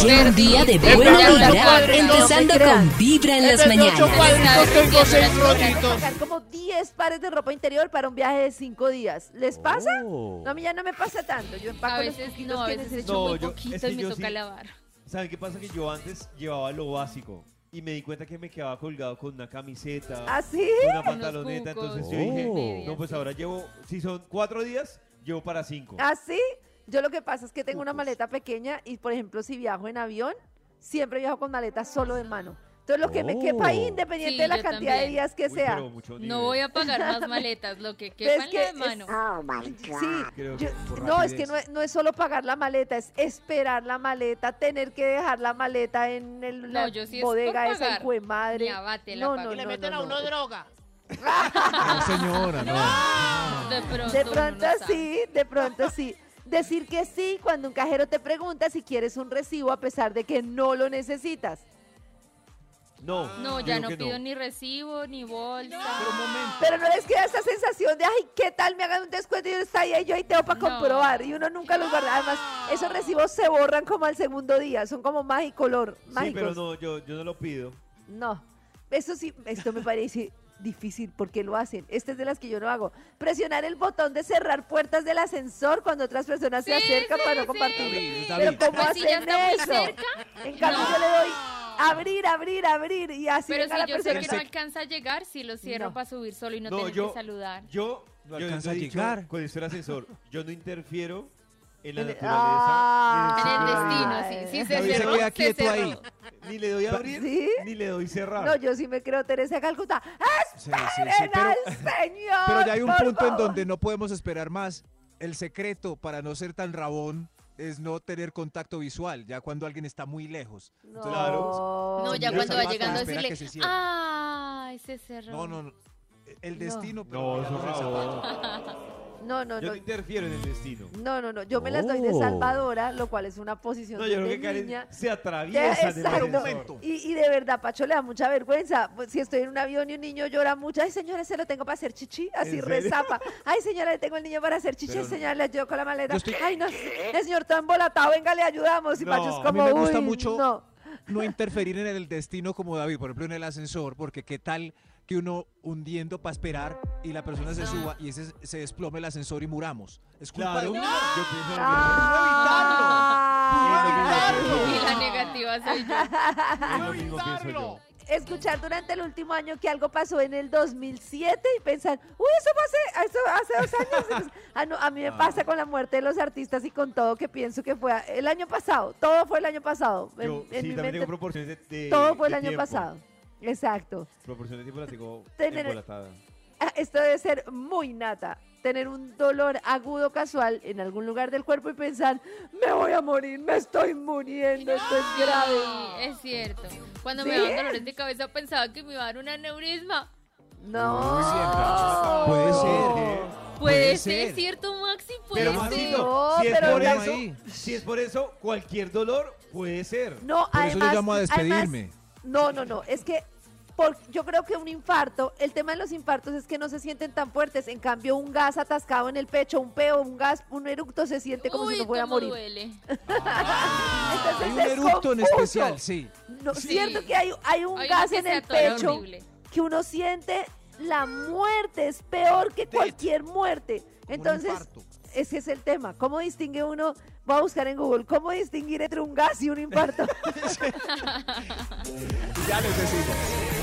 [SPEAKER 7] Lleva un día de buena
[SPEAKER 3] Espectacular,
[SPEAKER 7] vibra,
[SPEAKER 3] cuadro,
[SPEAKER 7] empezando
[SPEAKER 4] no me
[SPEAKER 7] con Vibra en las mañanas.
[SPEAKER 3] cuadritos tengo seis
[SPEAKER 4] Voy a sacar como 10 pares de ropa interior para un viaje de 5 días. ¿Les pasa? No, a mí ya no me pasa tanto. Yo empaco
[SPEAKER 3] A
[SPEAKER 4] los
[SPEAKER 3] veces
[SPEAKER 4] poquitos
[SPEAKER 3] no, a
[SPEAKER 4] que
[SPEAKER 3] veces
[SPEAKER 4] necesito.
[SPEAKER 3] echo muy
[SPEAKER 2] No, yo-
[SPEAKER 3] poquito
[SPEAKER 2] es que
[SPEAKER 3] y me
[SPEAKER 2] yo
[SPEAKER 3] toca
[SPEAKER 2] sí.
[SPEAKER 3] lavar.
[SPEAKER 2] ¿Saben qué pasa? Que yo antes llevaba lo básico y me di cuenta que me quedaba colgado con una camiseta,
[SPEAKER 3] ¿Ah,
[SPEAKER 4] ¿Así?
[SPEAKER 2] una
[SPEAKER 3] Unos
[SPEAKER 2] pantaloneta.
[SPEAKER 3] cucos,
[SPEAKER 2] Entonces yo
[SPEAKER 3] unas
[SPEAKER 6] Oh.
[SPEAKER 2] dije,
[SPEAKER 3] medias,
[SPEAKER 2] no, pues
[SPEAKER 3] sí. Ah,
[SPEAKER 2] ahora llevo, si son cuatro días, llevo para cinco.
[SPEAKER 4] ¿Así? Ah, Yo lo que pasa es que tengo una maleta pequeña y, por ejemplo, si viajo en avión, siempre viajo con maleta solo de mano. Entonces, lo que me quepa ahí, independiente
[SPEAKER 3] Sí,
[SPEAKER 4] de la
[SPEAKER 3] yo
[SPEAKER 4] cantidad de
[SPEAKER 3] también.
[SPEAKER 4] días que
[SPEAKER 2] Uy,
[SPEAKER 4] sea.
[SPEAKER 2] pero mucho nivel.
[SPEAKER 3] No voy a pagar más maletas, lo que
[SPEAKER 4] Pero
[SPEAKER 3] quepa en la
[SPEAKER 4] Pues es- Ah.
[SPEAKER 3] mano.
[SPEAKER 4] Sí,
[SPEAKER 2] Creo
[SPEAKER 4] yo-
[SPEAKER 2] que por
[SPEAKER 4] no, es
[SPEAKER 2] rapidez.
[SPEAKER 4] que no, es- no es solo pagar la maleta, es esperar la maleta, tener que dejar la maleta en el, la
[SPEAKER 3] No, yo sí es por
[SPEAKER 4] bodega esa
[SPEAKER 3] pagar.
[SPEAKER 4] hijo de madre.
[SPEAKER 3] Ni abate la
[SPEAKER 4] no,
[SPEAKER 3] pago.
[SPEAKER 4] no,
[SPEAKER 1] Y le
[SPEAKER 4] no,
[SPEAKER 1] meten
[SPEAKER 4] no,
[SPEAKER 1] a
[SPEAKER 4] no.
[SPEAKER 1] uno droga.
[SPEAKER 6] No, señora, no.
[SPEAKER 3] De pronto,
[SPEAKER 4] De
[SPEAKER 3] uno
[SPEAKER 4] pronto
[SPEAKER 3] no sabe.
[SPEAKER 4] sí, de pronto sí. Decir que sí cuando un cajero te pregunta si quieres un recibo a pesar de que no lo necesitas.
[SPEAKER 2] No,
[SPEAKER 3] No,
[SPEAKER 2] yo
[SPEAKER 3] ya
[SPEAKER 2] digo
[SPEAKER 3] no
[SPEAKER 2] que
[SPEAKER 3] pido ni recibo, ni bolsa.
[SPEAKER 4] Pero no les queda esa sensación de, ay, ¿qué tal me hagan un descuento y yo está ahí, yo ahí tengo para
[SPEAKER 3] No.
[SPEAKER 4] comprobar? Y uno nunca los guarda. Además, esos recibos se borran como al segundo día, son como magicolor,
[SPEAKER 2] Sí,
[SPEAKER 4] mágicos.
[SPEAKER 2] pero no, yo, yo no lo pido.
[SPEAKER 4] No, eso sí, esto me parece difícil porque lo hacen. Esta es de las que yo no hago. Presionar el botón de cerrar puertas del ascensor cuando otras personas se
[SPEAKER 3] Sí,
[SPEAKER 4] acercan
[SPEAKER 3] sí,
[SPEAKER 4] para no
[SPEAKER 3] sí.
[SPEAKER 4] compartirlo.
[SPEAKER 6] Sí, David.
[SPEAKER 4] Pero ¿cómo
[SPEAKER 3] Pues si ya
[SPEAKER 4] hacen
[SPEAKER 3] está muy
[SPEAKER 4] eso?
[SPEAKER 3] cerca,
[SPEAKER 4] En cambio
[SPEAKER 3] No.
[SPEAKER 4] yo le doy abrir, abrir, abrir y así
[SPEAKER 3] pero
[SPEAKER 4] venga
[SPEAKER 3] si
[SPEAKER 4] la
[SPEAKER 3] yo sé
[SPEAKER 4] persona.
[SPEAKER 3] que no alcanza a llegar, si lo cierro
[SPEAKER 4] No.
[SPEAKER 3] para subir solo y no,
[SPEAKER 2] No,
[SPEAKER 3] tener
[SPEAKER 2] yo-
[SPEAKER 3] que saludar.
[SPEAKER 2] Yo
[SPEAKER 6] No
[SPEAKER 2] yo
[SPEAKER 6] alcanza
[SPEAKER 2] he
[SPEAKER 6] a
[SPEAKER 2] dicho
[SPEAKER 6] llegar.
[SPEAKER 2] Con este ascensor, yo no interfiero en la
[SPEAKER 4] En el-
[SPEAKER 2] naturaleza.
[SPEAKER 3] En el destino,
[SPEAKER 4] Ah.
[SPEAKER 3] sí. Si
[SPEAKER 4] Ay.
[SPEAKER 3] se
[SPEAKER 2] David se
[SPEAKER 3] cerró,
[SPEAKER 6] queda
[SPEAKER 3] se
[SPEAKER 6] quieto
[SPEAKER 3] cerró.
[SPEAKER 6] ahí.
[SPEAKER 2] Ni le doy a abrir,
[SPEAKER 4] ¿Sí?
[SPEAKER 2] ni le doy cerrar.
[SPEAKER 4] No, yo sí me creo Teresa de Calcuta.
[SPEAKER 6] Sí, sí, sí,
[SPEAKER 4] ¡Esperen
[SPEAKER 6] pero,
[SPEAKER 4] al Señor!
[SPEAKER 6] pero ya hay un
[SPEAKER 4] por
[SPEAKER 6] punto en
[SPEAKER 4] favor!
[SPEAKER 6] donde no podemos esperar más. El secreto para no ser tan rabón es no tener contacto visual, ya cuando alguien está muy lejos.
[SPEAKER 4] No,
[SPEAKER 2] Claro.
[SPEAKER 3] No, ya
[SPEAKER 6] Mira
[SPEAKER 3] cuando
[SPEAKER 6] esa
[SPEAKER 3] va
[SPEAKER 6] pata,
[SPEAKER 3] llegando a
[SPEAKER 6] espera que
[SPEAKER 3] decirle, "Ah". ¡ay,
[SPEAKER 6] se cierre.
[SPEAKER 3] se cerró!
[SPEAKER 6] No, no, no. El
[SPEAKER 4] No.
[SPEAKER 6] destino, pero
[SPEAKER 2] No,
[SPEAKER 6] mirando
[SPEAKER 2] eso
[SPEAKER 6] el
[SPEAKER 2] es
[SPEAKER 6] zapato.
[SPEAKER 2] rabón.
[SPEAKER 4] no, no,
[SPEAKER 2] Yo
[SPEAKER 4] no.
[SPEAKER 2] no interfiero en el destino.
[SPEAKER 4] No, no, no. Yo me las doy de
[SPEAKER 11] Oh.
[SPEAKER 4] salvadora, lo cual es una posición
[SPEAKER 2] No, yo creo
[SPEAKER 4] de
[SPEAKER 2] que Karen
[SPEAKER 4] niña.
[SPEAKER 2] se
[SPEAKER 4] Ya,
[SPEAKER 2] atraviesa en el
[SPEAKER 4] Exacto.
[SPEAKER 2] ascensor.
[SPEAKER 4] Y, y de verdad, Pacho, le da mucha vergüenza. Pues, Si estoy en un avión y un niño llora mucho, ay señora, se lo tengo para hacer chichi, así
[SPEAKER 2] serio?
[SPEAKER 4] rezapa. Ay señora, le tengo el niño para hacer chichi,
[SPEAKER 6] Pero
[SPEAKER 4] ay,
[SPEAKER 6] no.
[SPEAKER 4] señora, le ayudo con la maleta.
[SPEAKER 6] Yo estoy-
[SPEAKER 4] Ay, no, el señor está embolatado, venga, le ayudamos. Y
[SPEAKER 2] No,
[SPEAKER 4] Pacho es
[SPEAKER 2] a
[SPEAKER 6] mí
[SPEAKER 4] como,
[SPEAKER 6] me gusta
[SPEAKER 4] "Uy,
[SPEAKER 6] mucho-
[SPEAKER 4] no".
[SPEAKER 6] no interferir en el destino como David, por ejemplo en el ascensor, porque qué tal que uno hundiendo para esperar y la persona se suba y ese se desplome el ascensor y muramos. Es culpa de
[SPEAKER 2] Claro, yo
[SPEAKER 6] uno.
[SPEAKER 2] pienso lo mismo.
[SPEAKER 4] Ah.
[SPEAKER 3] Y la negativa soy yo.
[SPEAKER 2] Lo mismo pienso yo.
[SPEAKER 4] Escuchar durante el último año que algo pasó en el 2007 y pensar, uy, eso fue hace, eso hace dos años. Ah, no, a mí me pasa con la muerte de los artistas y con todo que pienso que fue el año pasado. Todo fue el año pasado. En-
[SPEAKER 2] Yo
[SPEAKER 4] en
[SPEAKER 2] sí,
[SPEAKER 4] mi
[SPEAKER 2] también
[SPEAKER 4] mente
[SPEAKER 2] tengo proporciones de, de-
[SPEAKER 4] todo fue el
[SPEAKER 2] de
[SPEAKER 4] año
[SPEAKER 2] tiempo.
[SPEAKER 4] pasado. Exacto.
[SPEAKER 2] Proporciones de tiempo las tengo
[SPEAKER 4] Tener-
[SPEAKER 2] embolatada.
[SPEAKER 4] Ah, Esto debe ser muy nata. tener un dolor agudo casual en algún lugar del cuerpo y pensar, me voy a morir, me estoy muriendo, esto es grave.
[SPEAKER 3] Sí, es cierto. Cuando me
[SPEAKER 4] Sí.
[SPEAKER 3] daban dolores de cabeza pensaba que me iba a dar un aneurisma.
[SPEAKER 4] No.
[SPEAKER 6] Puede ser, ¿eh?
[SPEAKER 3] Puede
[SPEAKER 6] Puede
[SPEAKER 3] ser,
[SPEAKER 6] ser.
[SPEAKER 3] ¿cierto, Maxi? Puede
[SPEAKER 2] Pero
[SPEAKER 3] ser.
[SPEAKER 2] Maxito,
[SPEAKER 4] No,
[SPEAKER 2] si es
[SPEAKER 4] pero
[SPEAKER 2] por
[SPEAKER 6] ya-
[SPEAKER 2] eso,
[SPEAKER 6] Ahí.
[SPEAKER 2] si es por eso, cualquier dolor puede ser.
[SPEAKER 4] No,
[SPEAKER 6] Por eso yo
[SPEAKER 4] además,
[SPEAKER 6] llamo a
[SPEAKER 4] además-
[SPEAKER 6] despedirme.
[SPEAKER 4] no, no, no. Es que por- yo creo que un infarto, el tema de los infartos es que no se sienten tan fuertes. En cambio, un gas atascado en el pecho, un peo, un gas, un eructo se siente como
[SPEAKER 3] Uy,
[SPEAKER 4] si no fuera a
[SPEAKER 3] cómo
[SPEAKER 4] morir.
[SPEAKER 3] duele.
[SPEAKER 4] Entonces
[SPEAKER 6] Hay un
[SPEAKER 4] es
[SPEAKER 6] eructo en
[SPEAKER 4] confuso.
[SPEAKER 6] especial, sí.
[SPEAKER 4] No,
[SPEAKER 3] Sí.
[SPEAKER 4] Cierto que hay, hay un
[SPEAKER 3] Hay uno
[SPEAKER 4] gas
[SPEAKER 3] que
[SPEAKER 4] en
[SPEAKER 3] se
[SPEAKER 4] el
[SPEAKER 3] atora
[SPEAKER 4] pecho
[SPEAKER 3] horrible.
[SPEAKER 4] que uno siente la muerte. Es peor que cualquier muerte. Entonces, ese es el tema. ¿Cómo distingue uno? Voy a buscar en Google. ¿Cómo distinguir entre un gas y un infarto?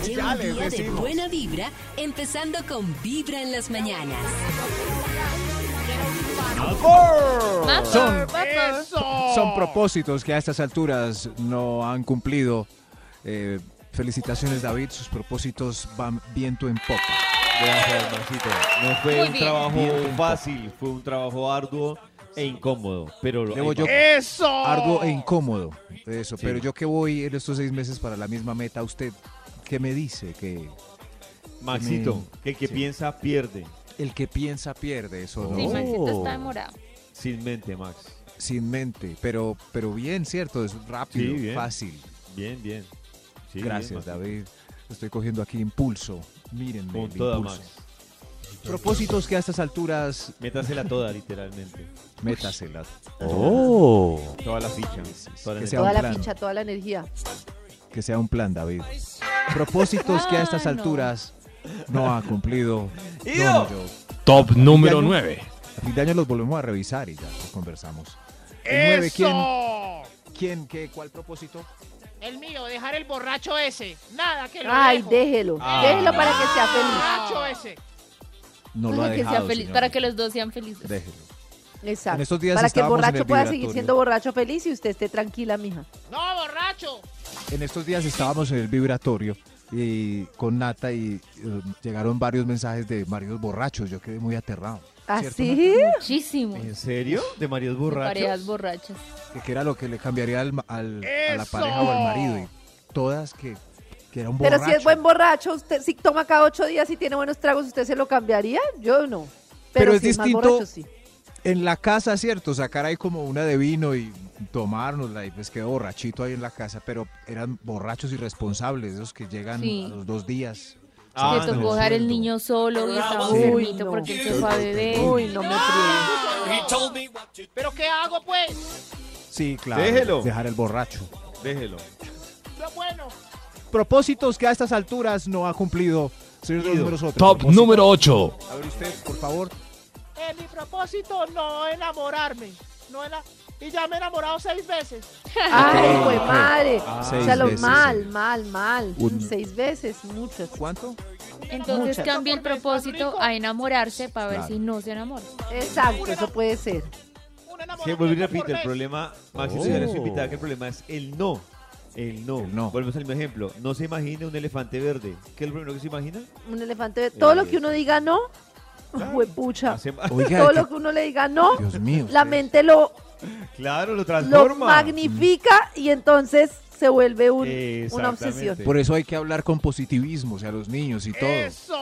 [SPEAKER 7] Lleva un día de buena vibra, empezando con Vibra en las mañanas.
[SPEAKER 3] Vapor,
[SPEAKER 6] Son-
[SPEAKER 3] vapor.
[SPEAKER 6] Son propósitos que a estas alturas no han cumplido. Eh, felicitaciones, David. Sus propósitos van viento en popa.
[SPEAKER 2] Gracias, Maxito. No fue
[SPEAKER 3] Muy
[SPEAKER 2] un
[SPEAKER 3] bien.
[SPEAKER 2] trabajo
[SPEAKER 6] Bien.
[SPEAKER 2] fácil, fue un trabajo arduo e incómodo. Pero lo- eh,
[SPEAKER 6] Debo yo-
[SPEAKER 1] ¡Eso!
[SPEAKER 6] Algo e incómodo, eso. Pero yo que voy en estos seis meses para la misma meta, ¿usted qué me dice? Que
[SPEAKER 2] Maxito, que el que
[SPEAKER 6] Sí.
[SPEAKER 2] piensa pierde.
[SPEAKER 6] el que piensa pierde, eso no.
[SPEAKER 3] Sí,
[SPEAKER 2] Oh.
[SPEAKER 3] Maxito está demorado.
[SPEAKER 2] Sin mente, Max.
[SPEAKER 6] Sin mente. Pero, pero bien, ¿cierto? Es rápido,
[SPEAKER 2] Sí, bien.
[SPEAKER 6] fácil.
[SPEAKER 2] Bien, bien. Sí, bien,
[SPEAKER 6] Gracias,
[SPEAKER 2] Maxito.
[SPEAKER 6] David. Estoy cogiendo aquí impulso. Mírenme.
[SPEAKER 2] Con
[SPEAKER 6] el
[SPEAKER 2] toda,
[SPEAKER 6] impulso.
[SPEAKER 2] Max.
[SPEAKER 6] Propósitos que a estas alturas,
[SPEAKER 2] Métasela toda, literalmente.
[SPEAKER 6] métaselas.
[SPEAKER 2] Oh.
[SPEAKER 6] Oh.
[SPEAKER 2] Toda la ficha. Toda la energía.
[SPEAKER 6] Que sea
[SPEAKER 4] toda
[SPEAKER 6] un
[SPEAKER 4] la
[SPEAKER 6] plan.
[SPEAKER 4] ficha, toda la energía.
[SPEAKER 6] Que sea un plan, David. Propósitos que a estas
[SPEAKER 3] Ah, no.
[SPEAKER 6] alturas no ha cumplido.
[SPEAKER 2] ¡Ido!
[SPEAKER 6] Don Mayor.
[SPEAKER 12] Top número
[SPEAKER 6] Villano.
[SPEAKER 12] 9.
[SPEAKER 6] A fin de año los volvemos a revisar y ya pues, conversamos. El nueve,
[SPEAKER 1] ¡Eso!
[SPEAKER 6] ¿Quién? ¿Quién? ¿Qué? ¿Cuál propósito?
[SPEAKER 1] El mío, dejar el borracho ese. Nada, que lo
[SPEAKER 4] Ay,
[SPEAKER 1] dejo.
[SPEAKER 4] déjelo.
[SPEAKER 2] Ah.
[SPEAKER 4] Déjelo para que sea feliz.
[SPEAKER 1] Borracho ese.
[SPEAKER 6] No lo ha
[SPEAKER 3] Para que sea
[SPEAKER 6] dejado,
[SPEAKER 3] feliz-
[SPEAKER 6] señora.
[SPEAKER 3] para que los dos sean felices.
[SPEAKER 6] Déjelo.
[SPEAKER 4] Exacto.
[SPEAKER 6] En estos días
[SPEAKER 4] para que el
[SPEAKER 6] estábamos en
[SPEAKER 4] borracho
[SPEAKER 6] el
[SPEAKER 4] pueda
[SPEAKER 6] vibratorio.
[SPEAKER 4] seguir siendo borracho feliz y usted esté tranquila, mija.
[SPEAKER 1] No, borracho.
[SPEAKER 6] En estos días estábamos en el vibratorio y con Nata y eh, llegaron varios mensajes de maridos borrachos. Yo quedé muy aterrado. ¿Cierto,
[SPEAKER 4] ¿Así?
[SPEAKER 3] Muchísimo.
[SPEAKER 2] ¿En serio? ¿De Marías
[SPEAKER 3] De
[SPEAKER 2] borrachos?
[SPEAKER 3] Parejas borrachas.
[SPEAKER 6] que, que era lo que le cambiaría al, ma- al- a la
[SPEAKER 1] ¡Eso!
[SPEAKER 6] pareja o al marido. Y todas que, que era un
[SPEAKER 4] Pero
[SPEAKER 6] borracho.
[SPEAKER 4] si es buen borracho, usted si toma cada ocho días y tiene buenos tragos, ¿usted se lo cambiaría? Yo no. Pero,
[SPEAKER 6] Pero es
[SPEAKER 4] si más
[SPEAKER 6] distinto-
[SPEAKER 4] borracho, sí.
[SPEAKER 6] En la casa, cierto, sacar ahí como una de vino y tomárnosla y pues quedó borrachito ahí en la casa, pero eran borrachos irresponsables, esos que llegan
[SPEAKER 3] Sí.
[SPEAKER 6] a los dos días.
[SPEAKER 2] Ah,
[SPEAKER 3] Le
[SPEAKER 6] no.
[SPEAKER 3] tocó dejar el niño solo y estaba
[SPEAKER 4] Uy,
[SPEAKER 3] enfermito
[SPEAKER 4] no.
[SPEAKER 3] porque él se fue a beber.
[SPEAKER 4] Uy, no me fríe.
[SPEAKER 1] ¿Pero qué hago, pues?
[SPEAKER 6] Sí, claro.
[SPEAKER 2] Déjelo.
[SPEAKER 6] Dejar el borracho.
[SPEAKER 2] Déjelo.
[SPEAKER 1] Lo bueno.
[SPEAKER 6] Propósitos que a estas alturas no ha cumplido. Señor de los
[SPEAKER 2] Ido.
[SPEAKER 6] números, otro
[SPEAKER 12] Top
[SPEAKER 6] propósito.
[SPEAKER 12] número 8.
[SPEAKER 6] A ver usted, por favor.
[SPEAKER 1] Eh, mi propósito, no enamorarme. No ena- Y ya me he enamorado seis veces.
[SPEAKER 4] Ay, fue madre. o
[SPEAKER 6] Ah, seis
[SPEAKER 4] sea, lo
[SPEAKER 6] veces,
[SPEAKER 4] mal,
[SPEAKER 6] sí.
[SPEAKER 4] mal, mal.
[SPEAKER 6] Un-
[SPEAKER 4] Mm, Seis veces, muchas.
[SPEAKER 6] ¿Cuánto?
[SPEAKER 3] Entonces
[SPEAKER 4] Muchas.
[SPEAKER 3] cambia el propósito a enamorarse para ver
[SPEAKER 6] Claro.
[SPEAKER 3] si no se enamora.
[SPEAKER 4] Exacto, eso puede ser.
[SPEAKER 2] Es que vuelvo y repito, pues el problema, Maxito,
[SPEAKER 6] Oh.
[SPEAKER 2] y ahora su invitada, que el problema es el no. El no.
[SPEAKER 6] El no.
[SPEAKER 2] Volvemos al mismo ejemplo. No se imagine un elefante verde. ¿Qué es lo primero que se imagina?
[SPEAKER 4] Un elefante. Todo lo que uno diga no,
[SPEAKER 2] Claro.
[SPEAKER 4] huepucha.
[SPEAKER 2] Hace-
[SPEAKER 6] Oiga,
[SPEAKER 4] Todo
[SPEAKER 6] que-
[SPEAKER 4] lo que uno le diga no,
[SPEAKER 6] Dios mío.
[SPEAKER 4] la mente lo,
[SPEAKER 2] claro, lo
[SPEAKER 4] lo
[SPEAKER 2] transforma.
[SPEAKER 4] magnifica y entonces se vuelve un-
[SPEAKER 2] Eh.
[SPEAKER 4] una
[SPEAKER 2] Exactamente.
[SPEAKER 4] obsesión.
[SPEAKER 6] Por eso hay que hablar con positivismo, o sea, a los niños y todo.
[SPEAKER 1] Eso.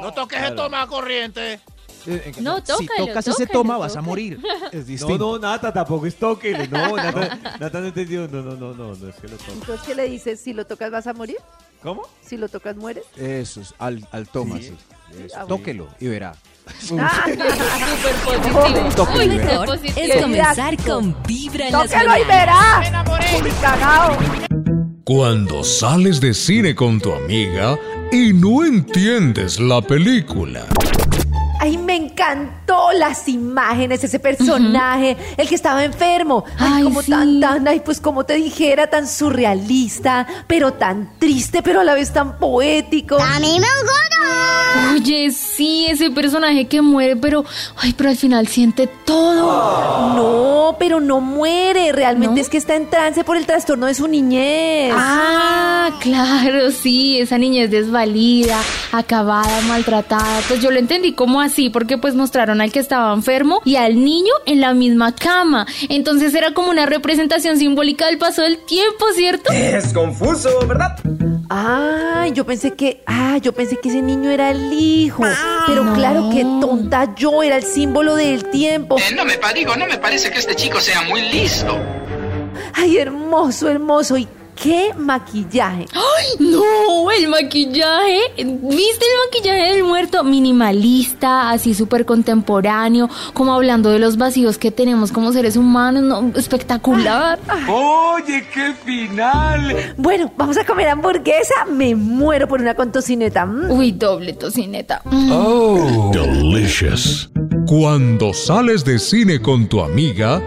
[SPEAKER 1] No toques
[SPEAKER 2] Claro.
[SPEAKER 1] el toma corriente.
[SPEAKER 6] Eh, en-
[SPEAKER 3] No,
[SPEAKER 6] si
[SPEAKER 3] tócalo,
[SPEAKER 6] tocas ese
[SPEAKER 3] tócalo,
[SPEAKER 6] toma, vas a
[SPEAKER 3] tócalo.
[SPEAKER 6] morir. Es distinto.
[SPEAKER 2] No, no, Nata, tampoco es toque. No, Nata, Nata no entendió. No, no, no, no, no es que lo toque.
[SPEAKER 4] Entonces, ¿qué le dices? Si lo tocas vas a morir,
[SPEAKER 2] ¿Cómo?
[SPEAKER 4] si lo tocas mueres.
[SPEAKER 6] Eso, es, al, al toma,
[SPEAKER 2] Sí.
[SPEAKER 6] sí. Eso,
[SPEAKER 4] Ah, bueno.
[SPEAKER 6] Tóquelo y verá.
[SPEAKER 4] Ah,
[SPEAKER 3] Súper positivo.
[SPEAKER 6] Toque,
[SPEAKER 3] Uy,
[SPEAKER 6] ¿verdad?
[SPEAKER 3] qué
[SPEAKER 7] Es
[SPEAKER 3] positivo.
[SPEAKER 7] comenzar
[SPEAKER 4] Exacto.
[SPEAKER 7] con Vibra en las
[SPEAKER 4] ¡Tócalo y
[SPEAKER 7] mañanas.
[SPEAKER 4] verá!
[SPEAKER 1] Me enamoré.
[SPEAKER 4] ¡Cagao!
[SPEAKER 11] Cuando sales de cine con tu amiga y no entiendes la película.
[SPEAKER 4] ¡Ay, me encantó las imágenes, ese personaje, el que estaba enfermo! ¡Ay,
[SPEAKER 3] Ay,
[SPEAKER 4] como
[SPEAKER 3] sí.
[SPEAKER 4] tan, tan, ay, pues como te dijera, tan surrealista, pero tan triste, pero a la vez tan poético!
[SPEAKER 3] Oye, sí, ese personaje que muere, pero, ay, pero al final siente todo.
[SPEAKER 4] No, pero no muere, realmente
[SPEAKER 3] ¿No?
[SPEAKER 4] es que está en trance por el trastorno de su niñez.
[SPEAKER 3] Ah, claro, sí, esa niña es desvalida, acabada, maltratada. Pues yo lo entendí como así porque pues mostraron al que estaba enfermo y al niño en la misma cama. Entonces era como una representación simbólica del paso del tiempo, ¿cierto?
[SPEAKER 13] Es confuso, ¿verdad?
[SPEAKER 4] Ah, yo pensé que, ah, yo pensé que ese niño era el hijo. Pero claro, qué tonta yo, era el símbolo del tiempo.
[SPEAKER 14] Eh, no me pa- digo, no me parece que este chico sea muy listo.
[SPEAKER 4] Ay, hermoso, hermoso. ¿Y qué maquillaje?
[SPEAKER 3] ¡Ay, no! El maquillaje. ¿Viste el maquillaje del muerto? Minimalista, así súper contemporáneo, como hablando de los vacíos que tenemos como seres humanos. ¿no? Espectacular.
[SPEAKER 13] Oye, qué final.
[SPEAKER 4] Bueno, vamos a comer hamburguesa. Me muero por una con tocineta. Mm.
[SPEAKER 3] Uy, doble tocineta.
[SPEAKER 11] Delicious. Cuando sales de cine con tu amiga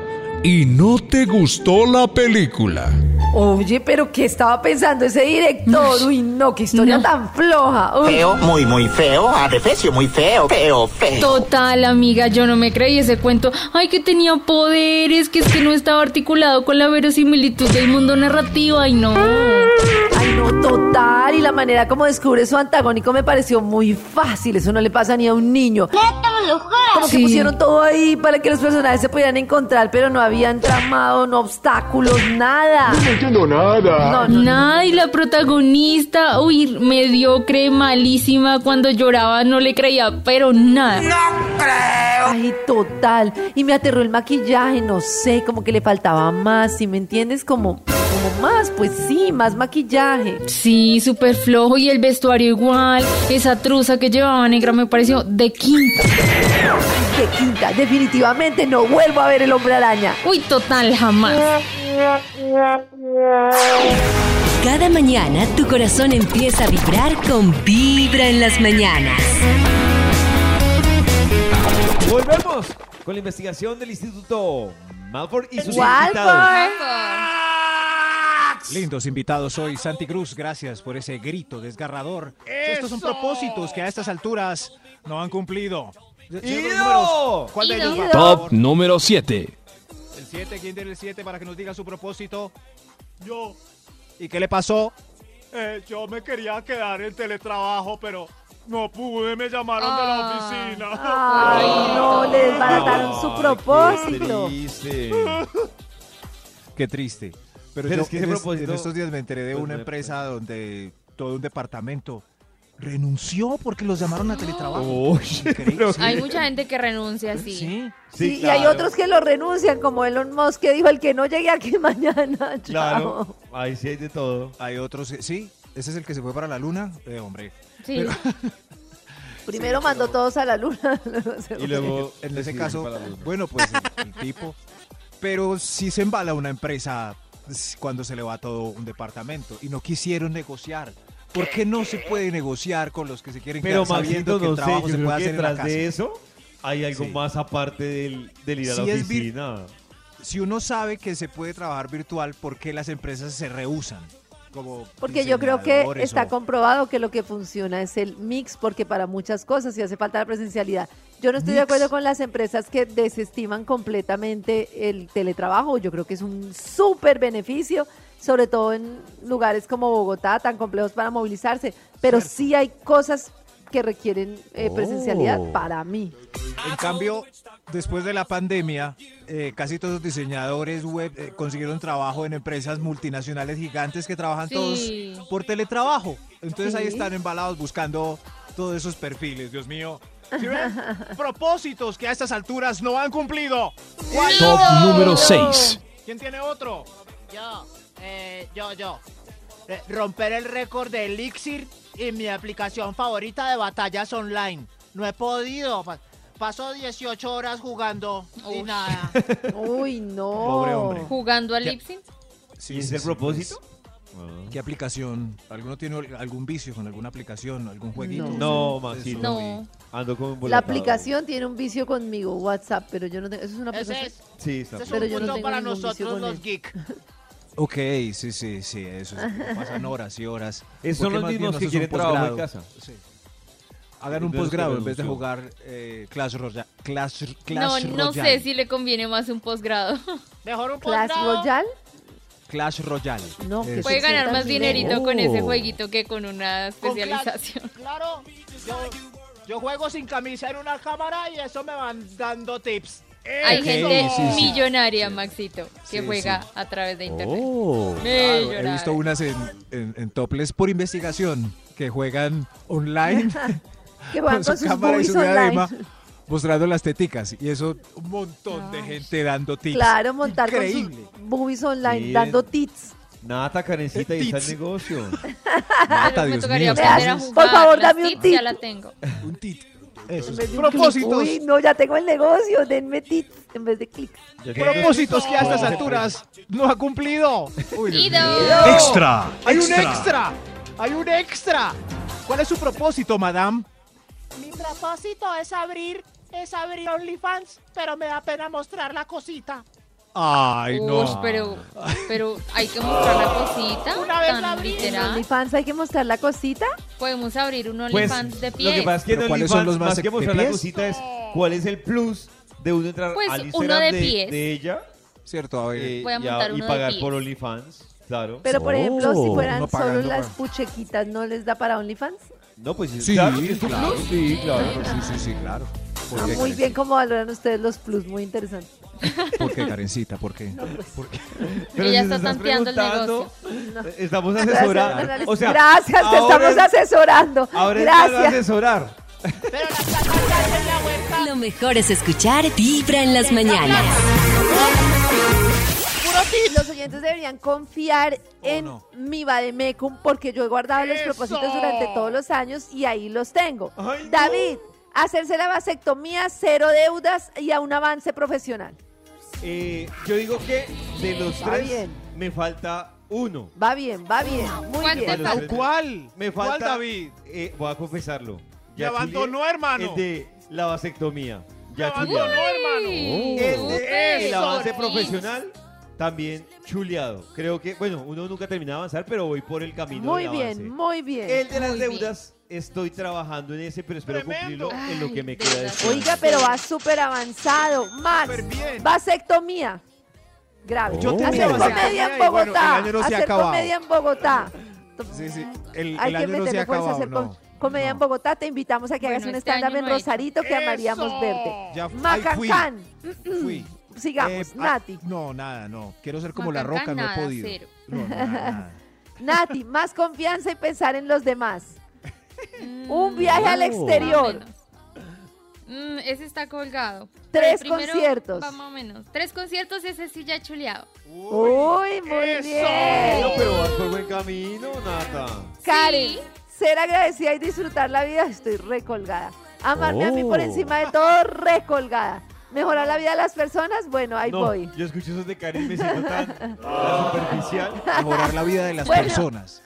[SPEAKER 11] y no te gustó la película.
[SPEAKER 4] Oye, pero ¿qué estaba pensando ese director? Uy, no, qué historia
[SPEAKER 3] No.
[SPEAKER 4] tan floja. Uy.
[SPEAKER 14] Feo, muy, muy feo. Adefesio, muy feo. Feo, feo.
[SPEAKER 3] Total, amiga, yo no me creí ese cuento. Ay, que tenía poderes, que es que no estaba articulado con la verosimilitud del mundo narrativo. Ay, no.
[SPEAKER 4] Ay, no, total. Y la manera como descubre su antagónico me pareció muy fácil. Eso no le pasa ni a un niño. Como que
[SPEAKER 3] Sí.
[SPEAKER 4] pusieron todo ahí para que los personajes se pudieran encontrar, pero no habían tramado, no obstáculos, nada. No entiendo nada. No, no,
[SPEAKER 3] Nada, y la protagonista, uy, mediocre, malísima, cuando lloraba no le creía, pero nada.
[SPEAKER 4] Ay, total. Y me aterró el maquillaje, no sé, como que le faltaba más, ¿sí me entiendes? Como, como más, pues sí, más maquillaje.
[SPEAKER 3] Sí, súper flojo y el vestuario igual. Esa truza que llevaba negra me pareció de quinta.
[SPEAKER 4] Qué quinta, definitivamente no vuelvo a ver el hombre araña.
[SPEAKER 3] Uy, total, jamás.
[SPEAKER 7] Cada mañana tu corazón empieza a vibrar con Vibra en las mañanas.
[SPEAKER 2] Volvemos con la investigación del Instituto Malford y sus invitados.
[SPEAKER 4] Walford.
[SPEAKER 6] Lindos invitados hoy. Santi Cruz, gracias por ese grito desgarrador. Estos son propósitos que a estas alturas no han cumplido. Señor de los números, ¿Cuál de ellos va?
[SPEAKER 4] Ido.
[SPEAKER 6] por favor?
[SPEAKER 12] número 7.
[SPEAKER 6] El 7, ¿quién tiene el 7 para que nos diga su propósito? Yo. ¿Y qué le pasó?
[SPEAKER 1] Eh, yo me quería quedar en teletrabajo, pero no pude, me llamaron de la oficina.
[SPEAKER 4] Ay, no, le desbarataron su propósito.
[SPEAKER 6] Qué triste. Pero,
[SPEAKER 2] Pero
[SPEAKER 6] yo
[SPEAKER 2] es que
[SPEAKER 6] en,
[SPEAKER 2] ese
[SPEAKER 6] es-
[SPEAKER 2] propósito-
[SPEAKER 6] en estos días me enteré de
[SPEAKER 2] Pues
[SPEAKER 6] una
[SPEAKER 2] me-
[SPEAKER 6] empresa donde todo un departamento renunció porque los llamaron a teletrabajo. Increíble.
[SPEAKER 3] Hay mucha gente que renuncia así.
[SPEAKER 6] Sí.
[SPEAKER 4] Sí, y hay otros que lo renuncian, como Elon Musk, que dijo el que no llegue aquí mañana. chao".
[SPEAKER 2] Claro, ahí sí hay de todo.
[SPEAKER 6] Hay otros que sí. Ese es el que se fue para la luna. Eh, hombre.
[SPEAKER 3] Sí.
[SPEAKER 4] Primero mandó todos a la luna. luego se
[SPEAKER 2] Y
[SPEAKER 4] fue.
[SPEAKER 2] luego,
[SPEAKER 6] En ese
[SPEAKER 2] deciden
[SPEAKER 6] caso,
[SPEAKER 2] para la luna.
[SPEAKER 6] bueno, pues el, el tipo. Pero si se embala una empresa s- cuando se le va todo un departamento y no quisieron negociar. ¿Por qué no se puede negociar con los que se quieren
[SPEAKER 2] Pero
[SPEAKER 6] quedar sabiendo
[SPEAKER 2] Maxito,
[SPEAKER 6] que el
[SPEAKER 2] no sé,
[SPEAKER 6] trabajo
[SPEAKER 2] yo
[SPEAKER 6] se
[SPEAKER 2] creo
[SPEAKER 6] puede
[SPEAKER 2] que
[SPEAKER 6] hacer en la
[SPEAKER 2] detrás
[SPEAKER 6] casa?
[SPEAKER 2] de eso hay algo
[SPEAKER 6] Sí.
[SPEAKER 2] más aparte del, del ir a la
[SPEAKER 6] Sí, es vir-
[SPEAKER 2] oficina.
[SPEAKER 6] si uno sabe que se puede trabajar virtual, ¿por qué las empresas se rehusan? Como
[SPEAKER 4] Porque yo creo que
[SPEAKER 6] diseñadores
[SPEAKER 4] está
[SPEAKER 6] o-
[SPEAKER 4] comprobado que lo que funciona es el mix, porque para muchas cosas sí hace falta la presencialidad. Yo no estoy de acuerdo con las empresas que desestiman completamente el teletrabajo. Yo creo que es un súper beneficio, sobre todo en lugares como Bogotá, tan complejos para movilizarse. Pero sí hay cosas que requieren eh,
[SPEAKER 6] Oh.
[SPEAKER 4] presencialidad para mí.
[SPEAKER 6] En cambio, después de la pandemia, eh, casi todos los diseñadores web eh, consiguieron trabajo en empresas multinacionales gigantes que trabajan
[SPEAKER 3] Sí.
[SPEAKER 6] todos por teletrabajo. Entonces ahí
[SPEAKER 4] Sí.
[SPEAKER 6] están embalados buscando todos esos perfiles, Dios mío. ¿Sí ven? Propósitos que a estas alturas no han cumplido. ¿Cuál?
[SPEAKER 12] Top número 6.
[SPEAKER 6] ¿Quién tiene otro?
[SPEAKER 1] Yo, eh, yo, yo. Eh, romper el récord de Elixir y mi aplicación favorita de batallas online. No he podido. pa- paso 18 horas jugando y
[SPEAKER 3] Uy.
[SPEAKER 1] nada.
[SPEAKER 4] Uy, no.
[SPEAKER 6] Pobre hombre.
[SPEAKER 3] Jugando al Lipsy.
[SPEAKER 6] Sí,
[SPEAKER 2] ¿Y ese es
[SPEAKER 6] sí, pues.
[SPEAKER 2] el
[SPEAKER 6] sí,
[SPEAKER 2] propósito?
[SPEAKER 6] ¿Qué aplicación? ¿Alguno tiene ol- algún vicio con alguna aplicación, algún jueguito?
[SPEAKER 2] No,
[SPEAKER 6] Eso,
[SPEAKER 2] Maxito.
[SPEAKER 6] y-
[SPEAKER 3] No.
[SPEAKER 2] Ah. Ando como
[SPEAKER 4] La
[SPEAKER 2] embolatado.
[SPEAKER 4] aplicación tiene un vicio conmigo, WhatsApp, pero yo no tengo. Eso es una persona.
[SPEAKER 1] Ese es,
[SPEAKER 2] Sí, está.
[SPEAKER 1] ese es
[SPEAKER 4] Pero
[SPEAKER 1] un
[SPEAKER 4] yo no
[SPEAKER 1] punto
[SPEAKER 4] tengo
[SPEAKER 1] para
[SPEAKER 4] ningún vicio
[SPEAKER 1] nosotros
[SPEAKER 4] con
[SPEAKER 1] los
[SPEAKER 4] él.
[SPEAKER 1] geek.
[SPEAKER 6] Ok, sí, sí, sí, eso. es- Pasan horas y horas.
[SPEAKER 2] Esos son
[SPEAKER 6] Porque
[SPEAKER 2] los
[SPEAKER 6] más bien
[SPEAKER 2] mismos que
[SPEAKER 6] nosotros
[SPEAKER 2] quieren
[SPEAKER 6] un
[SPEAKER 2] trabajar en
[SPEAKER 6] posgrado.
[SPEAKER 2] casa. Eh,
[SPEAKER 6] Sí. Hagan un
[SPEAKER 2] Entonces,
[SPEAKER 6] posgrado
[SPEAKER 2] ¿qué
[SPEAKER 6] en vez de
[SPEAKER 2] renunció?
[SPEAKER 6] jugar eh, Clash Royale. Clash,
[SPEAKER 3] No,
[SPEAKER 6] Clash
[SPEAKER 3] no
[SPEAKER 6] Royale.
[SPEAKER 3] sé si le conviene más un posgrado.
[SPEAKER 1] Mejor un
[SPEAKER 4] Clash
[SPEAKER 1] posgrado.
[SPEAKER 4] Royale.
[SPEAKER 6] Clash Royale.
[SPEAKER 4] No, que
[SPEAKER 6] Eso.
[SPEAKER 3] Puede
[SPEAKER 4] sí,
[SPEAKER 3] ganar
[SPEAKER 4] sí,
[SPEAKER 3] más
[SPEAKER 4] también.
[SPEAKER 3] dinerito con ese jueguito que con una
[SPEAKER 1] Con cla-
[SPEAKER 3] especialización.
[SPEAKER 1] Claro, yo, Yo juego sin camisa en una cámara y eso me van dando tips.
[SPEAKER 3] Hay
[SPEAKER 1] ¡Eso!
[SPEAKER 3] gente millonaria, Maxito, que
[SPEAKER 6] Sí,
[SPEAKER 3] juega
[SPEAKER 6] sí.
[SPEAKER 3] a través de internet.
[SPEAKER 6] Oh.
[SPEAKER 3] Millonaria.
[SPEAKER 6] he visto unas en, en, en topless por investigación que juegan online
[SPEAKER 4] Que van con sus boobies online.
[SPEAKER 6] mostrando las teticas y eso un montón de gente dando tips.
[SPEAKER 4] Claro, montar
[SPEAKER 6] Increíble.
[SPEAKER 4] con sus boobies online,
[SPEAKER 2] Miren.
[SPEAKER 4] dando tits.
[SPEAKER 2] Nata, Karencita, y está el negocio.
[SPEAKER 3] Pero
[SPEAKER 6] Nata,
[SPEAKER 3] me
[SPEAKER 6] Dios
[SPEAKER 3] tocaría
[SPEAKER 6] mío.
[SPEAKER 3] aprender a
[SPEAKER 4] Gracias.
[SPEAKER 3] jugar.
[SPEAKER 4] Por favor,
[SPEAKER 3] Las
[SPEAKER 4] dame un
[SPEAKER 3] tips
[SPEAKER 4] tip.
[SPEAKER 3] Ya la tengo.
[SPEAKER 6] Un tit. Eso.
[SPEAKER 4] En vez de un clic.
[SPEAKER 5] Propósitos.
[SPEAKER 4] Uy, no, ya tengo el negocio, denme tits en vez de clics.
[SPEAKER 1] Propósitos que a estas
[SPEAKER 2] Pues,
[SPEAKER 1] alturas no ha cumplido.
[SPEAKER 3] Ido.
[SPEAKER 12] Extra.
[SPEAKER 1] Hay un extra. Hay un extra.
[SPEAKER 5] ¿Cuál es su propósito, madame?
[SPEAKER 1] Mi propósito es abrir, es abrir OnlyFans, pero me da pena mostrar la cosita.
[SPEAKER 6] Ay, no.
[SPEAKER 3] Ush, pero, pero hay que mostrar la cosita.
[SPEAKER 1] Una vez
[SPEAKER 3] tan
[SPEAKER 1] la abrí.
[SPEAKER 4] En
[SPEAKER 3] literal.
[SPEAKER 4] OnlyFans hay que mostrar la cosita.
[SPEAKER 3] Podemos abrir un
[SPEAKER 2] Pues,
[SPEAKER 3] OnlyFans de
[SPEAKER 2] Lo que
[SPEAKER 3] pie.
[SPEAKER 2] pasa es que
[SPEAKER 6] ¿Pero
[SPEAKER 2] en
[SPEAKER 6] cuáles son
[SPEAKER 2] OnlyFans,
[SPEAKER 6] los más
[SPEAKER 2] más que
[SPEAKER 6] de
[SPEAKER 2] mostrar la
[SPEAKER 6] pies?
[SPEAKER 2] cosita es cuál es el plus de uno entrar
[SPEAKER 3] Pues,
[SPEAKER 2] al
[SPEAKER 3] uno
[SPEAKER 2] Instagram
[SPEAKER 3] de
[SPEAKER 2] de,
[SPEAKER 3] pies.
[SPEAKER 2] de ella
[SPEAKER 6] Cierto, a ver.
[SPEAKER 2] eh,
[SPEAKER 3] Voy a
[SPEAKER 2] y,
[SPEAKER 3] montar
[SPEAKER 2] y
[SPEAKER 3] uno de
[SPEAKER 2] pagar
[SPEAKER 3] pies.
[SPEAKER 2] por OnlyFans. Claro.
[SPEAKER 4] Pero, por ejemplo, si
[SPEAKER 6] Oh.
[SPEAKER 4] fueran
[SPEAKER 6] Uno
[SPEAKER 4] solo
[SPEAKER 6] pagando
[SPEAKER 4] las
[SPEAKER 6] para-
[SPEAKER 4] puchequitas, ¿no les da para OnlyFans?
[SPEAKER 2] No, pues
[SPEAKER 6] Sí,
[SPEAKER 2] claro,
[SPEAKER 6] claro,
[SPEAKER 2] que es un plus.
[SPEAKER 6] sí, claro, sí, sí, sí, claro.
[SPEAKER 4] Ah, muy
[SPEAKER 6] ¿Por qué, Karencita?
[SPEAKER 4] bien, cómo valoran ustedes los plus, muy interesante.
[SPEAKER 6] ¿Por qué, Karencita? ¿Por qué?
[SPEAKER 4] pues.
[SPEAKER 2] Pero
[SPEAKER 3] Ella
[SPEAKER 2] si nos
[SPEAKER 3] está
[SPEAKER 2] estás
[SPEAKER 3] tanteando el
[SPEAKER 2] preguntando, Estamos
[SPEAKER 4] Gracias,
[SPEAKER 2] asesorando.
[SPEAKER 4] Morales.
[SPEAKER 2] O sea,
[SPEAKER 4] Gracias, te
[SPEAKER 2] ahora-
[SPEAKER 4] estamos asesorando.
[SPEAKER 2] Ahora es para
[SPEAKER 4] Gracias.
[SPEAKER 2] asesorar.
[SPEAKER 1] Pero la plata está en la vuelta.
[SPEAKER 7] Lo mejor es escuchar Vibra en las mañanas.
[SPEAKER 4] Los oyentes deberían confiar en
[SPEAKER 6] no.
[SPEAKER 4] mi Bademecum porque yo he guardado los propósitos durante todos los años y ahí los tengo.
[SPEAKER 2] Ay, no.
[SPEAKER 4] David, hacerse la vasectomía, cero deudas y a un avance profesional.
[SPEAKER 2] Eh, yo digo que de los
[SPEAKER 4] Va
[SPEAKER 2] tres
[SPEAKER 4] bien.
[SPEAKER 2] me falta uno.
[SPEAKER 4] Va bien, va bien, muy
[SPEAKER 3] ¿Cuál te
[SPEAKER 2] Bueno,
[SPEAKER 4] bien.
[SPEAKER 3] falta?
[SPEAKER 1] ¿Cuál?
[SPEAKER 2] Me
[SPEAKER 1] ¿Cuál,
[SPEAKER 2] falta
[SPEAKER 1] David?
[SPEAKER 2] eh, voy a confesarlo.
[SPEAKER 1] Me abandonó,
[SPEAKER 2] Juliet,
[SPEAKER 1] hermano.
[SPEAKER 2] El de la vasectomía.
[SPEAKER 1] Me
[SPEAKER 2] Ya
[SPEAKER 1] abandonó,
[SPEAKER 2] chuleado.
[SPEAKER 3] Uy,
[SPEAKER 2] El de el
[SPEAKER 3] eso,
[SPEAKER 2] avance
[SPEAKER 3] Ortiz.
[SPEAKER 2] profesional también chuleado. Creo que, bueno, uno nunca termina de avanzar, pero voy por el camino
[SPEAKER 4] Muy
[SPEAKER 2] del avance.
[SPEAKER 4] bien, muy bien.
[SPEAKER 2] El de las
[SPEAKER 3] Muy bien.
[SPEAKER 2] deudas, estoy trabajando en ese, pero espero
[SPEAKER 1] Tremendo.
[SPEAKER 2] cumplirlo en lo que me
[SPEAKER 3] Ay,
[SPEAKER 2] queda.
[SPEAKER 3] de
[SPEAKER 2] de
[SPEAKER 3] las
[SPEAKER 2] este año.
[SPEAKER 4] Oiga, pero va súper avanzado. Max, vasectomía. Grave.
[SPEAKER 2] Yo tenía
[SPEAKER 4] Hacer
[SPEAKER 1] vasectomía
[SPEAKER 4] comedia en
[SPEAKER 1] y bueno,
[SPEAKER 4] Bogotá.
[SPEAKER 6] el año no se ha
[SPEAKER 4] Hacer
[SPEAKER 6] acabado.
[SPEAKER 4] comedia en Bogotá.
[SPEAKER 6] Sí, sí, el,
[SPEAKER 4] Hay que
[SPEAKER 6] el año no se ha
[SPEAKER 4] meterle fuerza a
[SPEAKER 6] acabado,
[SPEAKER 4] hacer
[SPEAKER 6] no.
[SPEAKER 4] com- comedia en Bogotá. Te invitamos a que
[SPEAKER 3] Bueno,
[SPEAKER 4] hagas un
[SPEAKER 3] este año
[SPEAKER 4] stand-up en
[SPEAKER 3] no he hecho.
[SPEAKER 4] Rosarito que amaríamos verte.
[SPEAKER 6] Ya f- ahí
[SPEAKER 4] Macancán,
[SPEAKER 6] fui, fui.
[SPEAKER 4] Mm, Sigamos,
[SPEAKER 6] Eh, ah,
[SPEAKER 4] Nati.
[SPEAKER 6] No, nada, no. Quiero ser como la
[SPEAKER 3] Macancán,
[SPEAKER 6] roca, no he
[SPEAKER 3] nada,
[SPEAKER 6] podido.
[SPEAKER 3] cero.
[SPEAKER 6] No, nada, nada.
[SPEAKER 4] Nati, más confianza y pensar en los demás. Un viaje al exterior.
[SPEAKER 3] Mm, Más o menos. Mm, ese está colgado.
[SPEAKER 4] Tres
[SPEAKER 3] Pero primero
[SPEAKER 4] conciertos.
[SPEAKER 3] va más o menos. Tres conciertos, ese sí ya chuleado.
[SPEAKER 4] Uy, muy bien.
[SPEAKER 2] No, pero vas por buen camino, Nata.
[SPEAKER 6] pues,
[SPEAKER 4] Karen,
[SPEAKER 3] Sí.
[SPEAKER 4] ser agradecida y disfrutar la vida, estoy recolgada. Amarme a mí
[SPEAKER 6] Oh.
[SPEAKER 4] por encima de todo, recolgada. Mejorar la vida de las personas, bueno, ahí
[SPEAKER 2] no,
[SPEAKER 4] voy.
[SPEAKER 2] Yo escucho esos de Karen y me siento tan, tan superficial.
[SPEAKER 6] Mejorar la vida de las
[SPEAKER 4] Bueno.
[SPEAKER 6] personas.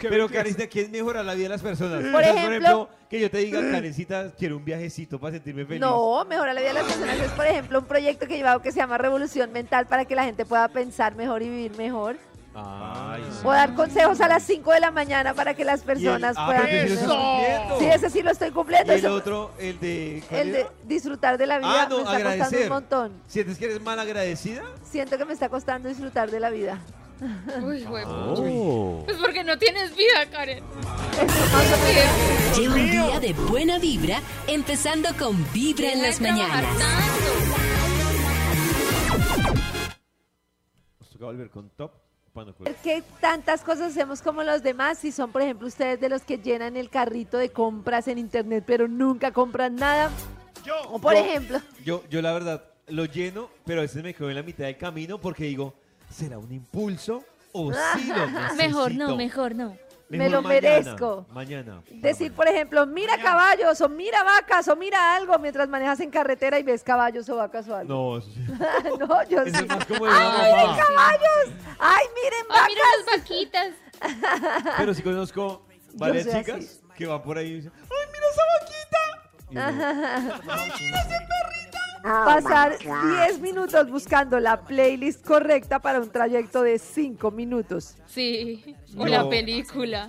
[SPEAKER 2] Pero Karencita, ¿quién mejora la vida de las personas?
[SPEAKER 4] Por
[SPEAKER 2] Entonces,
[SPEAKER 4] ejemplo-
[SPEAKER 2] que yo te diga, Karencita, quiero un viajecito para sentirme feliz.
[SPEAKER 4] No, mejorar la vida de las personas es, por ejemplo, un proyecto que he llevado que se llama Revolución Mental para que la gente pueda pensar mejor y vivir mejor.
[SPEAKER 2] Ay,
[SPEAKER 4] O dar consejos a las 5 de la mañana para que las
[SPEAKER 2] Y el-
[SPEAKER 4] personas
[SPEAKER 2] ah,
[SPEAKER 4] puedan...
[SPEAKER 2] pero ese sí lo
[SPEAKER 4] vivir
[SPEAKER 2] estoy
[SPEAKER 4] mejor.
[SPEAKER 2] cumpliendo.
[SPEAKER 4] Sí, ese sí lo estoy cumpliendo.
[SPEAKER 2] Y el
[SPEAKER 4] eso-
[SPEAKER 2] otro, el de... ¿cuál
[SPEAKER 4] el de
[SPEAKER 2] era?
[SPEAKER 4] disfrutar de la vida
[SPEAKER 2] Ah, no,
[SPEAKER 4] me está costando un
[SPEAKER 2] agradecer.
[SPEAKER 4] montón.
[SPEAKER 2] ¿Sientes que eres mal agradecida?
[SPEAKER 4] Siento que me está costando disfrutar de la vida.
[SPEAKER 6] Ah.
[SPEAKER 3] Uy, güey.
[SPEAKER 6] Oh.
[SPEAKER 3] Pues porque no tienes vida, Karen.
[SPEAKER 7] Lleva un día de buena vibra, empezando con Vibra en las
[SPEAKER 3] Deja de trabajar
[SPEAKER 7] mañanas.
[SPEAKER 3] tanto.
[SPEAKER 2] Nos toca volver con top. Cuando
[SPEAKER 4] Ver que tantas cosas hacemos como los demás, si son, por ejemplo, ustedes de los que llenan el carrito de compras en internet, pero nunca compran nada. o por
[SPEAKER 2] yo-
[SPEAKER 4] ejemplo,
[SPEAKER 2] Yo, yo la verdad, lo lleno, pero a veces me quedo en la mitad del camino porque digo, ¿será un impulso o sí lo necesito?
[SPEAKER 3] Mejor no, mejor no.
[SPEAKER 4] Ah, Me lo merezco.
[SPEAKER 2] Mañana.
[SPEAKER 4] decir,
[SPEAKER 2] Ah,
[SPEAKER 4] por ejemplo, mira caballos o mira vacas o mira algo mientras manejas en carretera y ves caballos o vacas o algo.
[SPEAKER 2] No, eso sí.
[SPEAKER 4] No, yo
[SPEAKER 2] Eso
[SPEAKER 4] sí.
[SPEAKER 2] es Pues más como de una
[SPEAKER 4] ¡Ay, miren
[SPEAKER 2] mamá.
[SPEAKER 4] caballos! ¡Ay, miren
[SPEAKER 3] Ah, mira
[SPEAKER 4] vacas!
[SPEAKER 3] las vaquitas.
[SPEAKER 2] Pero sí conozco varias
[SPEAKER 4] Yo soy
[SPEAKER 2] chicas
[SPEAKER 4] así.
[SPEAKER 2] que van por ahí y dicen, ¡ay, mira esa vaquita! Y uno,
[SPEAKER 3] Oh,
[SPEAKER 4] Pasar 10 minutos buscando la playlist correcta para un trayecto de 5 minutos.
[SPEAKER 3] Sí.
[SPEAKER 2] No.
[SPEAKER 3] O la película.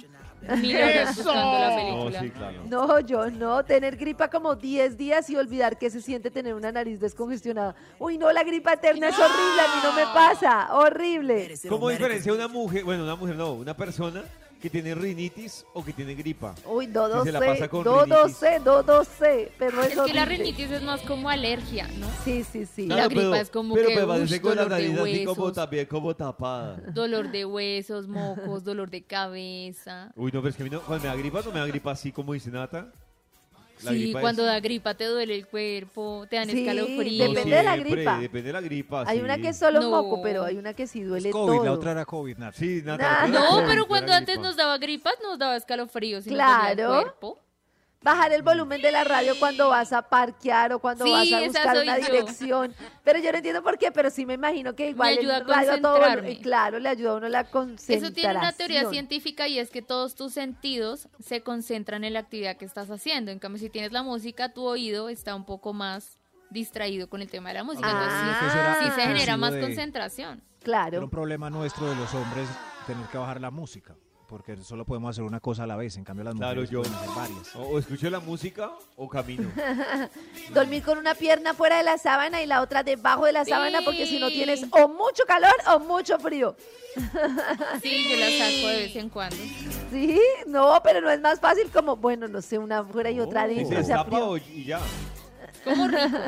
[SPEAKER 3] Mira, horas buscando la
[SPEAKER 2] No,
[SPEAKER 3] película.
[SPEAKER 2] "Oh, sí, claro.
[SPEAKER 4] No, yo no. Tener gripa como 10 días y olvidar que se siente tener una nariz descongestionada. Uy, no, la gripa eterna es horrible. A mí no me pasa. Horrible.
[SPEAKER 2] ¿Cómo diferencia una mujer, bueno, una mujer no, una persona que tienen rinitis o que tienen gripa.
[SPEAKER 4] Uy, no, no
[SPEAKER 2] Que
[SPEAKER 4] sé,
[SPEAKER 2] se la pasa con
[SPEAKER 4] no, no
[SPEAKER 2] rinitis.
[SPEAKER 4] sé, no, no sé, pero
[SPEAKER 3] Es
[SPEAKER 4] eso
[SPEAKER 3] que la
[SPEAKER 4] dice.
[SPEAKER 3] rinitis es más como alergia, ¿no?
[SPEAKER 4] Sí, sí, sí.
[SPEAKER 3] La gripa es como
[SPEAKER 2] pero
[SPEAKER 3] que
[SPEAKER 2] me parece
[SPEAKER 3] ush,
[SPEAKER 2] con la
[SPEAKER 3] dolor de
[SPEAKER 2] nariz así como
[SPEAKER 3] huesos,
[SPEAKER 2] también como tapada.
[SPEAKER 3] dolor de huesos, mocos, dolor de cabeza.
[SPEAKER 2] Uy, no, pero es que a mí no, cuando me da gripa, no me da gripa así como dice Nata. La
[SPEAKER 3] sí,
[SPEAKER 2] gripa
[SPEAKER 3] cuando
[SPEAKER 2] es-
[SPEAKER 3] da gripa te duele el cuerpo, te dan
[SPEAKER 4] Sí,
[SPEAKER 3] escalofríos.
[SPEAKER 4] depende de la
[SPEAKER 2] siempre,
[SPEAKER 4] gripa.
[SPEAKER 2] Depende de la gripa.
[SPEAKER 4] Hay
[SPEAKER 2] sí.
[SPEAKER 4] una que es solo
[SPEAKER 3] No.
[SPEAKER 4] moco, pero hay una que sí duele
[SPEAKER 6] COVID,
[SPEAKER 4] todo.
[SPEAKER 6] la otra era COVID, Nata.
[SPEAKER 2] Sí,
[SPEAKER 4] Nah.
[SPEAKER 2] Nata. era
[SPEAKER 3] No,
[SPEAKER 2] COVID,
[SPEAKER 3] pero
[SPEAKER 2] era
[SPEAKER 3] cuando antes
[SPEAKER 2] gripa.
[SPEAKER 3] nos daba gripa, nos daba escalofríos. Y nos dolía el
[SPEAKER 4] Claro.
[SPEAKER 3] cuerpo.
[SPEAKER 4] Bajar el volumen de la radio cuando vas a parquear o cuando
[SPEAKER 3] Sí,
[SPEAKER 4] vas a
[SPEAKER 3] esa
[SPEAKER 4] buscar
[SPEAKER 3] soy
[SPEAKER 4] una
[SPEAKER 3] yo.
[SPEAKER 4] dirección. Pero yo no entiendo por qué, pero sí me imagino que igual
[SPEAKER 3] ayuda a
[SPEAKER 4] el radio a todo volumen-
[SPEAKER 3] concentrarme.
[SPEAKER 4] claro, le ayuda a uno la concentración.
[SPEAKER 3] Eso tiene una teoría científica y es que todos tus sentidos se concentran en la actividad que estás haciendo. En cambio, si tienes la música, tu oído está un poco más distraído con el tema de la música.
[SPEAKER 4] Ah,
[SPEAKER 3] Entonces,
[SPEAKER 4] eso era
[SPEAKER 3] sí, sí se genera
[SPEAKER 6] exclusivo
[SPEAKER 3] más
[SPEAKER 6] de-
[SPEAKER 3] concentración.
[SPEAKER 6] Era
[SPEAKER 4] Claro.
[SPEAKER 6] un problema nuestro de los hombres tener que bajar la música, porque solo podemos hacer una cosa a la vez, en cambio las
[SPEAKER 2] Claro,
[SPEAKER 6] mujeres pues,
[SPEAKER 2] yo.
[SPEAKER 6] pueden hacer varias.
[SPEAKER 2] O, o escucho la música o camino.
[SPEAKER 4] Dormir con una pierna fuera de la sábana y la otra debajo de la sábana porque si no
[SPEAKER 3] Sí.
[SPEAKER 4] tienes o mucho calor o mucho frío. Ah.
[SPEAKER 3] Sí, yo la saco de vez en cuando.
[SPEAKER 4] Sí, no, pero no es más fácil como, bueno, no sé, una fuera y otra
[SPEAKER 2] Y
[SPEAKER 4] adentro.
[SPEAKER 2] se
[SPEAKER 4] o sea,
[SPEAKER 2] destapa
[SPEAKER 4] frío.
[SPEAKER 2] o- y ya.
[SPEAKER 3] Como rico.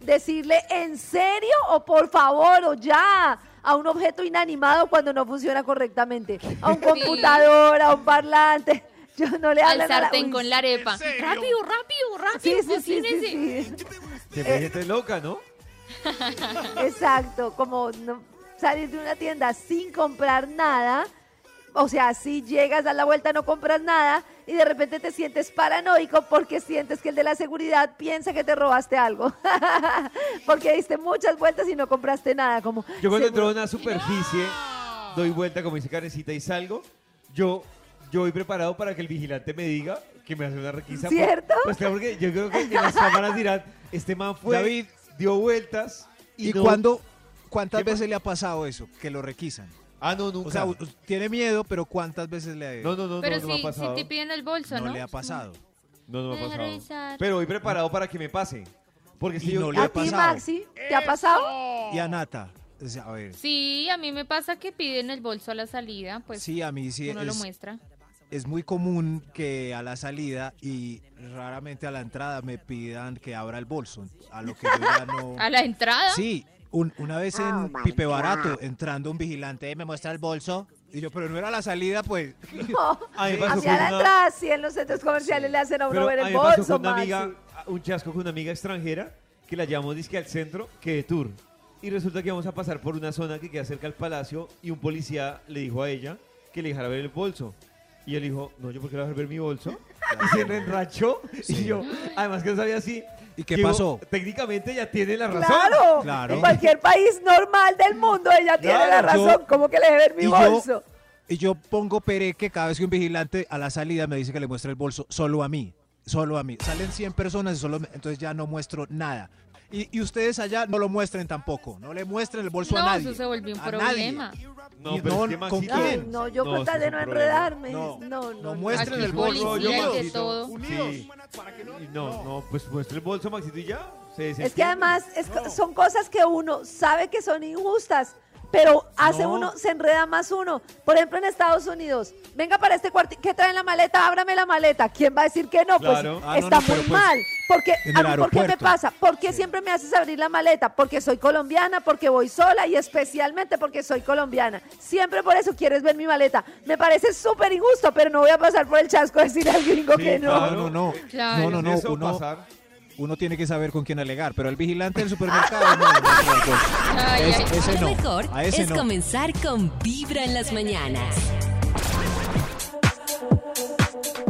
[SPEAKER 4] Decirle en serio o por favor o ya a un objeto inanimado cuando no funciona correctamente. A un computador, a un parlante. Yo no le hablo
[SPEAKER 3] Al sartén con la arepa. Rápido, rápido,
[SPEAKER 4] Sí,
[SPEAKER 3] rápido.
[SPEAKER 4] sí, sí, sí,
[SPEAKER 3] cocínese.
[SPEAKER 4] sí.
[SPEAKER 2] Se
[SPEAKER 6] Eh,
[SPEAKER 2] me gente loca, ¿no?
[SPEAKER 4] Exacto, como no- salir de una tienda sin comprar nada. O sea, si llegas a la vuelta, no compras nada y de repente te sientes paranoico porque sientes que el de la seguridad piensa que te robaste algo. porque diste muchas vueltas y no compraste nada. Como,
[SPEAKER 2] Yo cuando entro
[SPEAKER 4] seguro-
[SPEAKER 2] a una superficie, doy vuelta como dice Karencita y salgo. Yo, yo voy preparado para que el vigilante me diga que me hace una requisa. pues-
[SPEAKER 4] ¿Cierto?
[SPEAKER 2] Pues, claro, porque yo creo que en las cámaras dirán, este man fue,
[SPEAKER 6] David.
[SPEAKER 2] dio vueltas y,
[SPEAKER 6] ¿Y
[SPEAKER 2] no-
[SPEAKER 6] cuándo, cuántas
[SPEAKER 2] ¿Qué pa-
[SPEAKER 6] veces le ha pasado eso? Que lo requisan.
[SPEAKER 2] Ah, no, nunca.
[SPEAKER 6] O sea, u- tiene miedo, pero ¿cuántas veces le ha,
[SPEAKER 2] no, no, no,
[SPEAKER 3] Pero
[SPEAKER 2] no, no me
[SPEAKER 3] si,
[SPEAKER 2] ha pasado.
[SPEAKER 3] te piden el bolso,
[SPEAKER 6] no
[SPEAKER 3] ¿no?
[SPEAKER 6] le ha pasado?
[SPEAKER 2] No, no me ha
[SPEAKER 3] Me deja
[SPEAKER 2] pasado.
[SPEAKER 3] revisar.
[SPEAKER 2] Pero voy preparado para que me pase. Porque si
[SPEAKER 6] Y
[SPEAKER 2] yo...
[SPEAKER 6] no le
[SPEAKER 4] ¿A
[SPEAKER 6] ha
[SPEAKER 4] ti,
[SPEAKER 6] pasado?
[SPEAKER 4] Maxi? ¿Te ha pasado?
[SPEAKER 6] Y a Nata, o sea, a ver,
[SPEAKER 3] Sí, a mí me pasa que piden el bolso a la salida, pues
[SPEAKER 6] sí, a mí sí
[SPEAKER 3] uno lo
[SPEAKER 6] es,
[SPEAKER 3] muestra.
[SPEAKER 6] es muy común que a la salida y raramente a la entrada me pidan que abra el bolso, a lo que yo ya no...
[SPEAKER 3] A la entrada.
[SPEAKER 6] Sí, un- una vez en
[SPEAKER 14] Oh my
[SPEAKER 6] Pipe
[SPEAKER 14] God.
[SPEAKER 6] Barato, entrando un vigilante, "Eh, me muestra el bolso. Y yo, pero no era la salida, pues.
[SPEAKER 2] A mí me pasó
[SPEAKER 4] Hacia
[SPEAKER 2] con
[SPEAKER 4] la
[SPEAKER 2] una-
[SPEAKER 4] entrada, sí, en los centros comerciales le hacen a uno
[SPEAKER 2] Pero
[SPEAKER 4] ver
[SPEAKER 2] a mí
[SPEAKER 4] el
[SPEAKER 2] me pasó
[SPEAKER 4] bolso,
[SPEAKER 2] con una
[SPEAKER 4] Maxi.
[SPEAKER 2] amiga, un chasco con una amiga extranjera que la llamó disque al centro que de tour. Y resulta que vamos a pasar por una zona que queda cerca al palacio y un policía le dijo a ella que le dejara ver el bolso. Y él dijo, no, yo porque le voy a dejar ver mi bolso. Y se le enrachó. Y yo, además que no sabía así.
[SPEAKER 6] ¿Y qué
[SPEAKER 2] digo,
[SPEAKER 6] pasó?
[SPEAKER 2] Técnicamente ella tiene la razón. Mm.
[SPEAKER 4] Claro,
[SPEAKER 6] Claro.
[SPEAKER 4] en cualquier país normal del mundo ella tiene la
[SPEAKER 2] Claro, yo-
[SPEAKER 4] razón. ¿Cómo que le debe ver mi
[SPEAKER 6] y
[SPEAKER 4] bolso?
[SPEAKER 6] Yo, y yo pongo pereque cada vez que un vigilante a la salida me dice que le muestre el bolso solo a mí. Solo a mí. Salen 100 personas y solo me- entonces ya no muestro nada. Y, y ustedes allá no lo muestren tampoco. No le muestren el bolso a
[SPEAKER 3] No,
[SPEAKER 6] nadie.
[SPEAKER 3] eso se volvió un
[SPEAKER 6] A nadie.
[SPEAKER 3] problema.
[SPEAKER 2] No,
[SPEAKER 6] Y
[SPEAKER 2] pero
[SPEAKER 6] no,
[SPEAKER 2] es que
[SPEAKER 6] ¿con
[SPEAKER 2] Maxito-
[SPEAKER 4] Ay,
[SPEAKER 6] quién?
[SPEAKER 4] no, yo
[SPEAKER 2] No,
[SPEAKER 4] con tal
[SPEAKER 2] eso
[SPEAKER 4] de
[SPEAKER 2] es
[SPEAKER 4] no
[SPEAKER 2] un problema.
[SPEAKER 4] enredarme. No,
[SPEAKER 6] No,
[SPEAKER 4] no,
[SPEAKER 6] no
[SPEAKER 4] no.
[SPEAKER 6] muestre
[SPEAKER 3] Aquí
[SPEAKER 6] el bolso.
[SPEAKER 3] policías
[SPEAKER 6] yo-
[SPEAKER 3] de todo.
[SPEAKER 2] Sí. Y No, no, pues muestra el bolso, Maxito, y ya. Se
[SPEAKER 4] Es que
[SPEAKER 2] desentiende.
[SPEAKER 4] además es co- son cosas que uno sabe que son injustas, pero hace
[SPEAKER 2] No.
[SPEAKER 4] uno, se enreda más uno. Por ejemplo, en Estados Unidos, venga para este cuartito, ¿qué traen la maleta? Ábrame la maleta. ¿Quién va a decir que no?
[SPEAKER 2] Claro.
[SPEAKER 4] Pues
[SPEAKER 6] Ah, no,
[SPEAKER 4] está
[SPEAKER 6] no, pero
[SPEAKER 4] muy
[SPEAKER 6] pues,
[SPEAKER 4] mal. Porque,
[SPEAKER 6] en
[SPEAKER 4] a
[SPEAKER 6] el
[SPEAKER 4] mí, ¿Por qué me
[SPEAKER 6] aeropuerto.
[SPEAKER 4] pasa? ¿Por qué siempre me haces abrir la maleta? Porque soy colombiana, porque voy sola y especialmente porque soy colombiana. Siempre por eso quieres ver mi maleta. Me parece súper injusto, pero no voy a pasar por el chasco a decirle al gringo
[SPEAKER 2] Sí,
[SPEAKER 4] que no.
[SPEAKER 2] claro.
[SPEAKER 6] No, no, no.
[SPEAKER 3] Claro.
[SPEAKER 6] No, no, no.
[SPEAKER 2] Eso
[SPEAKER 6] Uno,
[SPEAKER 2] pasar.
[SPEAKER 6] uno tiene que saber con quién alegar. Pero el vigilante del supermercado no. no, no, no.
[SPEAKER 3] Ay, ay,
[SPEAKER 6] Es-
[SPEAKER 7] Lo
[SPEAKER 6] ese no.
[SPEAKER 7] mejor
[SPEAKER 6] A ese
[SPEAKER 7] es
[SPEAKER 6] no.
[SPEAKER 7] comenzar con Vibra en las mañanas.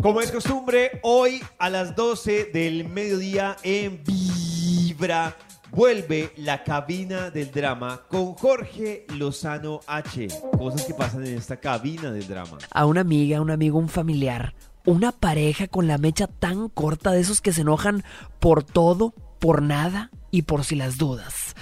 [SPEAKER 2] Como es costumbre, hoy a las 12 del mediodía en Vibra vuelve la cabina del drama con Jorge Lozano H. Cosas que pasan en esta cabina del drama.
[SPEAKER 15] a una amiga, un amigo, un familiar, una pareja con la mecha tan corta de esos que se enojan por todo, por nada y por si las dudas.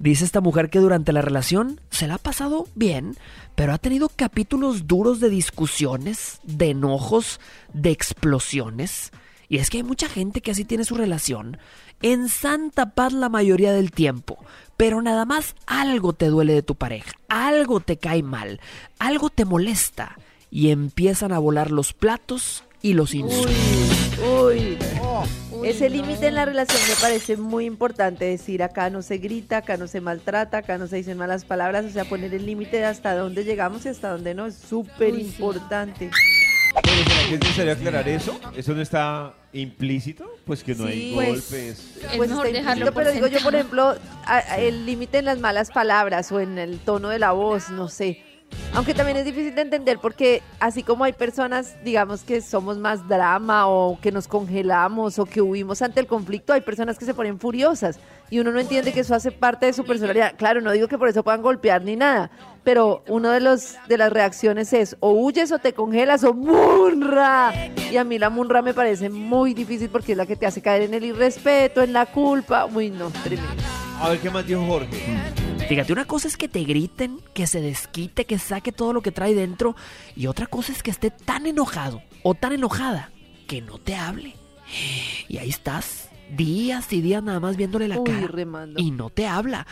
[SPEAKER 15] Dice esta mujer que durante la relación se la ha pasado bien, pero ha tenido capítulos duros de discusiones, de enojos, de explosiones. Y es que hay mucha gente que así tiene su relación. En santa paz la mayoría del tiempo. Pero nada más algo te duele de tu pareja, algo te cae mal, algo te molesta. y empiezan a volar los platos y los insultos.
[SPEAKER 4] Uy, ese límite en la relación me parece muy importante decir acá no se grita, acá no se maltrata, acá no se dicen malas palabras, o sea, poner el límite de hasta dónde llegamos y hasta dónde no es súper importante.
[SPEAKER 2] ¿Es necesario aclarar eso? ¿Eso no está implícito? Pues que no hay
[SPEAKER 4] Sí.
[SPEAKER 2] golpes.
[SPEAKER 4] Pues está implícito, pero digo yo, por ejemplo, a- a- el límite en las malas palabras o en el tono de la voz, no sé. Aunque también es difícil de entender porque así como hay personas, digamos, que somos más drama o que nos congelamos o que huimos ante el conflicto, hay personas que se ponen furiosas y uno no entiende que eso hace parte de su personalidad. Claro, no digo que por eso puedan golpear ni nada, pero una de, los- de las reacciones es o huyes o te congelas o murra. Y a mí la murra me parece muy difícil porque es la que te hace caer en el irrespeto, en la culpa. Uy, no, tremendo.
[SPEAKER 2] A ver qué más dijo Jorge.
[SPEAKER 15] Fíjate, una cosa es que te griten, que se desquite, que saque todo lo que trae dentro y otra cosa es que esté tan enojado o tan enojada que no te hable. Y ahí estás días y días nada más viéndole la cara y no te habla.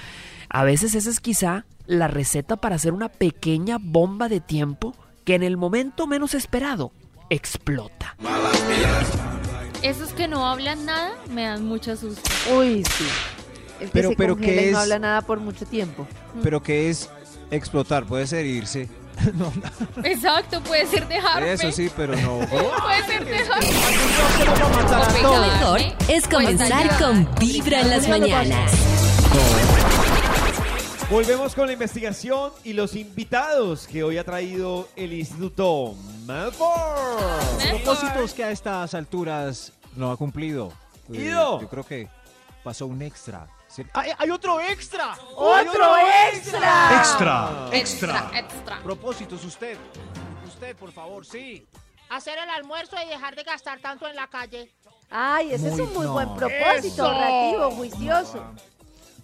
[SPEAKER 15] A veces esa es quizá la receta para hacer una pequeña bomba de tiempo que en el momento menos esperado explota.
[SPEAKER 3] Esos que no hablan nada me dan mucho susto.
[SPEAKER 4] Uy, sí. El
[SPEAKER 6] que Pero- se pero congela ¿qué y no es? habla
[SPEAKER 4] nada por mucho tiempo.
[SPEAKER 6] Pero que es explotar, puede ser irse. No,
[SPEAKER 3] Exacto, puede ser dejarme.
[SPEAKER 6] eso sí, pero no.
[SPEAKER 3] Puede ser dejarme.
[SPEAKER 7] Lo mejor es comenzar con Vibra en las mañanas.
[SPEAKER 2] Volvemos con la investigación y los invitados que hoy ha traído el Instituto Malfour.
[SPEAKER 6] Propósitos que a estas alturas no ha cumplido. Eh,
[SPEAKER 2] Ido.
[SPEAKER 6] Yo creo que pasó un extra. ¿sí?
[SPEAKER 1] ¡Hay, hay otro e- extra!
[SPEAKER 6] ¡Otro
[SPEAKER 1] extra!
[SPEAKER 6] Extra, extra.
[SPEAKER 1] extra.
[SPEAKER 6] Propósitos usted.
[SPEAKER 1] Usted, por favor, sí. Hacer el almuerzo y dejar de gastar tanto en la calle.
[SPEAKER 4] Ay, ese
[SPEAKER 6] Muy
[SPEAKER 4] es un muy
[SPEAKER 6] no.
[SPEAKER 4] buen propósito,
[SPEAKER 1] Eso.
[SPEAKER 4] relativo, juicioso.
[SPEAKER 6] Ah,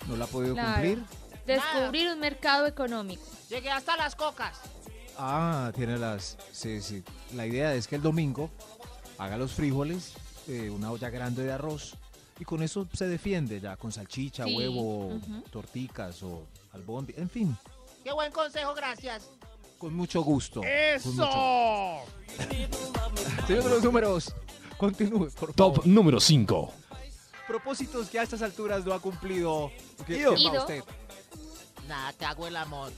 [SPEAKER 6] No la ha podido
[SPEAKER 3] Claro.
[SPEAKER 6] cumplir.
[SPEAKER 3] Descubrir un mercado económico.
[SPEAKER 1] Llegué hasta las cocas.
[SPEAKER 6] Ah, tiene las. Sí, sí. La idea es que el domingo haga los frijoles, eh, una olla grande de arroz, y con eso se defiende ya, con salchicha,
[SPEAKER 1] Sí,
[SPEAKER 6] huevo,
[SPEAKER 1] ujú.
[SPEAKER 6] torticas o albondi, en fin,
[SPEAKER 1] ¡Qué buen consejo, gracias!
[SPEAKER 6] con mucho gusto. con mucho-
[SPEAKER 1] ¡Eso!
[SPEAKER 6] Señor de los números, continúe, por
[SPEAKER 12] Top
[SPEAKER 6] favor.
[SPEAKER 12] número 5.
[SPEAKER 6] Propósitos que a estas alturas no ha cumplido. ¿Qué-
[SPEAKER 1] Ido.
[SPEAKER 6] qué va
[SPEAKER 1] Ido.
[SPEAKER 6] usted?
[SPEAKER 1] Nada, te hago el amor.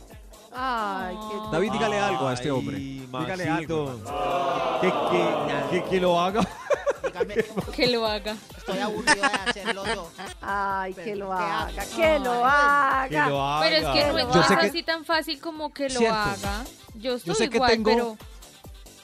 [SPEAKER 4] Ay, qué
[SPEAKER 6] David, dígale algo a este
[SPEAKER 2] Ay,
[SPEAKER 6] hombre. Dígale algo.
[SPEAKER 2] Que, que- que- que lo haga.
[SPEAKER 3] Que lo haga.
[SPEAKER 1] Estoy aburrido de hacerlo yo.
[SPEAKER 4] Ay, que lo
[SPEAKER 1] ¿qué pues,
[SPEAKER 4] haga,
[SPEAKER 1] hago?
[SPEAKER 4] que lo haga.
[SPEAKER 2] Que lo haga.
[SPEAKER 3] Pero es que no es
[SPEAKER 6] Yo sé que-
[SPEAKER 3] así tan fácil como que lo
[SPEAKER 6] Cierto.
[SPEAKER 3] haga. Yo estoy
[SPEAKER 6] sé que
[SPEAKER 3] igual,
[SPEAKER 6] tengo-
[SPEAKER 3] pero.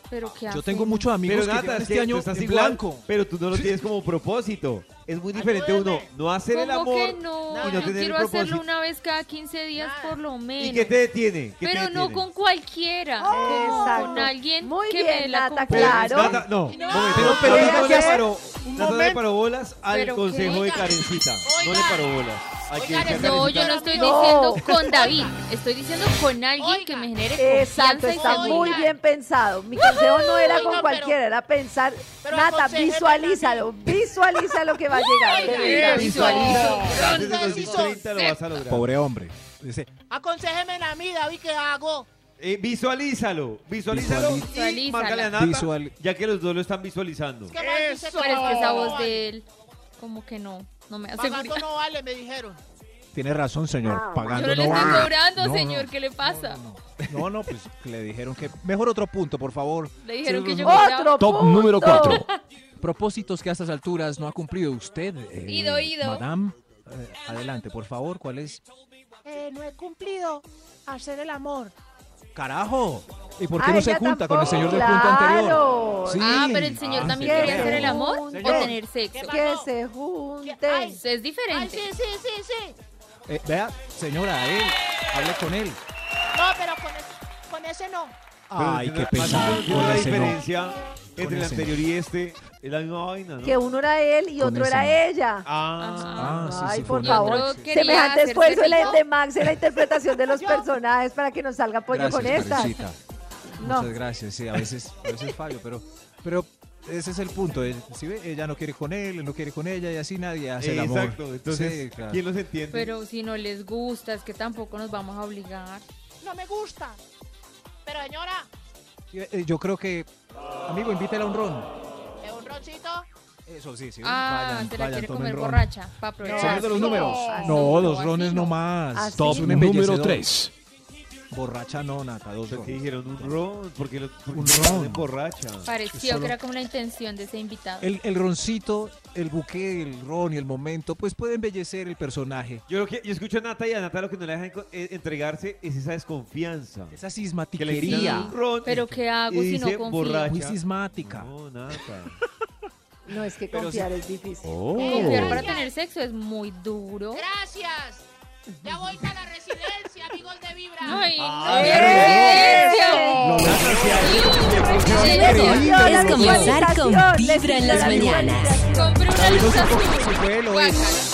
[SPEAKER 3] Pero qué
[SPEAKER 6] Yo
[SPEAKER 3] hace?
[SPEAKER 6] tengo muchos amigos
[SPEAKER 2] Pero
[SPEAKER 6] que
[SPEAKER 2] nada,
[SPEAKER 6] llevan
[SPEAKER 2] es
[SPEAKER 6] este
[SPEAKER 2] que
[SPEAKER 6] año
[SPEAKER 2] tú estás
[SPEAKER 6] en
[SPEAKER 2] igual,
[SPEAKER 6] blanco.
[SPEAKER 2] pero tú no lo tienes como propósito. Es muy diferente
[SPEAKER 1] Ayúdame.
[SPEAKER 2] uno no hacer el
[SPEAKER 3] ¿Cómo
[SPEAKER 2] amor
[SPEAKER 3] que no?
[SPEAKER 2] y no
[SPEAKER 3] Yo
[SPEAKER 2] tener el
[SPEAKER 3] quiero hacerlo
[SPEAKER 2] propósito.
[SPEAKER 3] una vez cada 15 días por lo menos.
[SPEAKER 2] ¿Y qué te detiene? ¿Qué te
[SPEAKER 3] Pero no
[SPEAKER 2] detiene?
[SPEAKER 3] con cualquiera.
[SPEAKER 4] Exacto.
[SPEAKER 3] Como con alguien
[SPEAKER 4] Muy
[SPEAKER 3] que
[SPEAKER 4] bien,
[SPEAKER 3] me dé la
[SPEAKER 4] Nata,
[SPEAKER 2] Pero,
[SPEAKER 3] compañía.
[SPEAKER 4] Claro.
[SPEAKER 2] Nata, no,
[SPEAKER 3] No.
[SPEAKER 2] momento,
[SPEAKER 3] Pero,
[SPEAKER 1] pero,
[SPEAKER 2] Nata no
[SPEAKER 1] ¿qué
[SPEAKER 2] le
[SPEAKER 1] hacer?
[SPEAKER 2] paró,
[SPEAKER 1] Un
[SPEAKER 2] Nata no le
[SPEAKER 1] momento.
[SPEAKER 2] paró bolas al
[SPEAKER 3] Pero, ¿qué?
[SPEAKER 2] consejo de
[SPEAKER 3] Oiga,
[SPEAKER 2] Karencita. No le
[SPEAKER 1] oiga.
[SPEAKER 2] paró bolas. Al que
[SPEAKER 1] Oiga,
[SPEAKER 2] decía
[SPEAKER 3] No,
[SPEAKER 2] Karencita,
[SPEAKER 3] yo no estoy
[SPEAKER 1] No.
[SPEAKER 3] diciendo con David, estoy diciendo con alguien
[SPEAKER 1] Oiga.
[SPEAKER 3] que me genere
[SPEAKER 4] Exacto,
[SPEAKER 3] confianza y
[SPEAKER 4] está muy
[SPEAKER 3] seguridad.
[SPEAKER 4] bien pensado. Mi consejo no era
[SPEAKER 1] Oigan,
[SPEAKER 4] con
[SPEAKER 1] pero-
[SPEAKER 4] cualquiera, era pensar,
[SPEAKER 1] pero
[SPEAKER 4] Nata,
[SPEAKER 1] aconsejeme
[SPEAKER 4] visualízalo, visualiza lo que va a llegar. de verdad,
[SPEAKER 2] Visualiza. Antes de
[SPEAKER 1] Entonces,
[SPEAKER 2] 2030 lo vas a lograr.
[SPEAKER 6] Pobre hombre. Dice,
[SPEAKER 1] Aconsejeme a mí, David, ¿qué hago?
[SPEAKER 2] Eh, visualízalo, visualízalo y
[SPEAKER 3] Visualízala.
[SPEAKER 2] márcale a Nata,
[SPEAKER 6] Visual-
[SPEAKER 2] ya que los dos lo están visualizando.
[SPEAKER 1] Es que más dice
[SPEAKER 3] Pero es que esa voz de él, como que no, no me hace
[SPEAKER 1] Pagando
[SPEAKER 3] seguridad.
[SPEAKER 1] no vale, me dijeron.
[SPEAKER 6] tiene razón, señor.
[SPEAKER 3] Ah, Yo
[SPEAKER 6] Pagando
[SPEAKER 3] no le estoy
[SPEAKER 6] va.
[SPEAKER 3] cobrando,
[SPEAKER 6] Ah, No, no.
[SPEAKER 3] señor, ¿qué le pasa?
[SPEAKER 6] No, no, pues que le dijeron que. Mejor otro punto, por favor.
[SPEAKER 3] Le dijeron que yo cobraba.
[SPEAKER 4] Otro
[SPEAKER 12] Top
[SPEAKER 4] punto.
[SPEAKER 12] número 4.
[SPEAKER 6] Propósitos que a estas alturas no ha cumplido usted. eh,
[SPEAKER 3] Ido, ido.
[SPEAKER 6] Madame, eh, adelante, por favor, ¿cuál es?
[SPEAKER 1] Eh, no he cumplido hacer el amor.
[SPEAKER 6] ¡Carajo! ¿Y por qué
[SPEAKER 4] Ah,
[SPEAKER 6] no se
[SPEAKER 4] ella
[SPEAKER 6] junta con el señor del
[SPEAKER 4] tampoco,
[SPEAKER 6] punto anterior?
[SPEAKER 4] claro.
[SPEAKER 3] Ah, pero el señor
[SPEAKER 6] Ah,
[SPEAKER 3] también
[SPEAKER 6] sí.
[SPEAKER 4] señor.
[SPEAKER 3] quería hacer el amor
[SPEAKER 4] Señor.
[SPEAKER 3] o tener sexo.
[SPEAKER 1] ¿Qué
[SPEAKER 4] Que
[SPEAKER 1] pasó?
[SPEAKER 4] se junten.
[SPEAKER 3] Eso es
[SPEAKER 1] Ay,
[SPEAKER 3] diferente.
[SPEAKER 1] sí, sí, sí, sí.
[SPEAKER 6] Eh, vea, señora, él. Hable con él.
[SPEAKER 1] No, pero con ese, con ese no.
[SPEAKER 6] Ay, qué
[SPEAKER 2] Pasa
[SPEAKER 6] pesado.
[SPEAKER 2] mucho la diferencia
[SPEAKER 6] Con
[SPEAKER 2] entre el
[SPEAKER 6] ese no.
[SPEAKER 2] anterior y este es la misma vaina, ¿no?
[SPEAKER 4] Que uno era él y
[SPEAKER 6] Con
[SPEAKER 4] otro
[SPEAKER 6] ese
[SPEAKER 4] era
[SPEAKER 6] no.
[SPEAKER 4] ella.
[SPEAKER 2] Ah,
[SPEAKER 6] Ah, sí,
[SPEAKER 4] Ay,
[SPEAKER 6] sí,
[SPEAKER 4] por
[SPEAKER 6] fue
[SPEAKER 3] una
[SPEAKER 4] favor.
[SPEAKER 3] Otro
[SPEAKER 6] noche.
[SPEAKER 3] quería
[SPEAKER 4] Semejante
[SPEAKER 3] hacerse
[SPEAKER 4] esfuerzo de, la-
[SPEAKER 3] rico.
[SPEAKER 4] de Max en la interpretación de los personajes para que nos salga pollo con
[SPEAKER 6] Gracias,
[SPEAKER 4] estas.
[SPEAKER 6] Karencita.
[SPEAKER 4] No.
[SPEAKER 6] Muchas gracias, sí, a veces, a veces fallo, pero, pero ese es el punto. eh, ¿sí ve? Ella no quiere con él, él no quiere con ella y así nadie hace el amor.
[SPEAKER 2] exacto. Entonces,
[SPEAKER 6] Sí, claro.
[SPEAKER 2] ¿quién los entiende?
[SPEAKER 3] Pero si no les gusta, es que tampoco nos vamos a obligar.
[SPEAKER 1] No me gusta. Pero señora,
[SPEAKER 6] eh, yo creo que, amigo, invítela a un ron.
[SPEAKER 1] ¿Eh, ¿Un roncito?
[SPEAKER 6] Eso sí, sí.
[SPEAKER 16] Ah,
[SPEAKER 6] vayan,
[SPEAKER 16] se la
[SPEAKER 6] vayan,
[SPEAKER 16] quiere
[SPEAKER 6] tomen
[SPEAKER 16] comer
[SPEAKER 6] ron. Ah,
[SPEAKER 16] borracha. Para aprovechar.
[SPEAKER 6] Señor de los números.
[SPEAKER 16] Así
[SPEAKER 6] No, dos
[SPEAKER 16] así
[SPEAKER 6] rones no más.
[SPEAKER 16] Así
[SPEAKER 6] Es
[SPEAKER 16] no.
[SPEAKER 6] un embellecedor. Borracha no, Nata, dos
[SPEAKER 2] ¿Por qué
[SPEAKER 6] rones.
[SPEAKER 2] dijeron un ron? Porque lo, porque
[SPEAKER 6] Un
[SPEAKER 2] lo
[SPEAKER 6] ron.
[SPEAKER 2] ponen borracha.
[SPEAKER 16] Pareció
[SPEAKER 6] Solo-
[SPEAKER 16] que era como la intención de ese invitado.
[SPEAKER 6] El, el roncito, el buque, el ron y el momento, pues puede embellecer el personaje.
[SPEAKER 2] Yo, lo que, yo escucho a Nata y a Nata lo que no le dejan co- eh, entregarse es esa desconfianza.
[SPEAKER 6] Esa sismatiquería.
[SPEAKER 2] Que le invitan un ron
[SPEAKER 16] Pero ¿qué hago
[SPEAKER 2] y
[SPEAKER 16] si no
[SPEAKER 2] dice
[SPEAKER 16] confío?
[SPEAKER 2] borracha.
[SPEAKER 6] Muy sismática.
[SPEAKER 2] No, Nata.
[SPEAKER 4] No, es que
[SPEAKER 2] Pero
[SPEAKER 4] confiar
[SPEAKER 2] sí.
[SPEAKER 4] es difícil.
[SPEAKER 6] Oh.
[SPEAKER 16] Confiar Eh, para tener sexo es muy duro.
[SPEAKER 1] Gracias. Ya voy para la residencia, amigos de Vibra.
[SPEAKER 16] Ay,
[SPEAKER 1] Ah,
[SPEAKER 16] no.
[SPEAKER 1] ¡Eso!
[SPEAKER 7] Es comenzar con Vibra en las mañanas.
[SPEAKER 16] Compré una luz azul.
[SPEAKER 6] Pues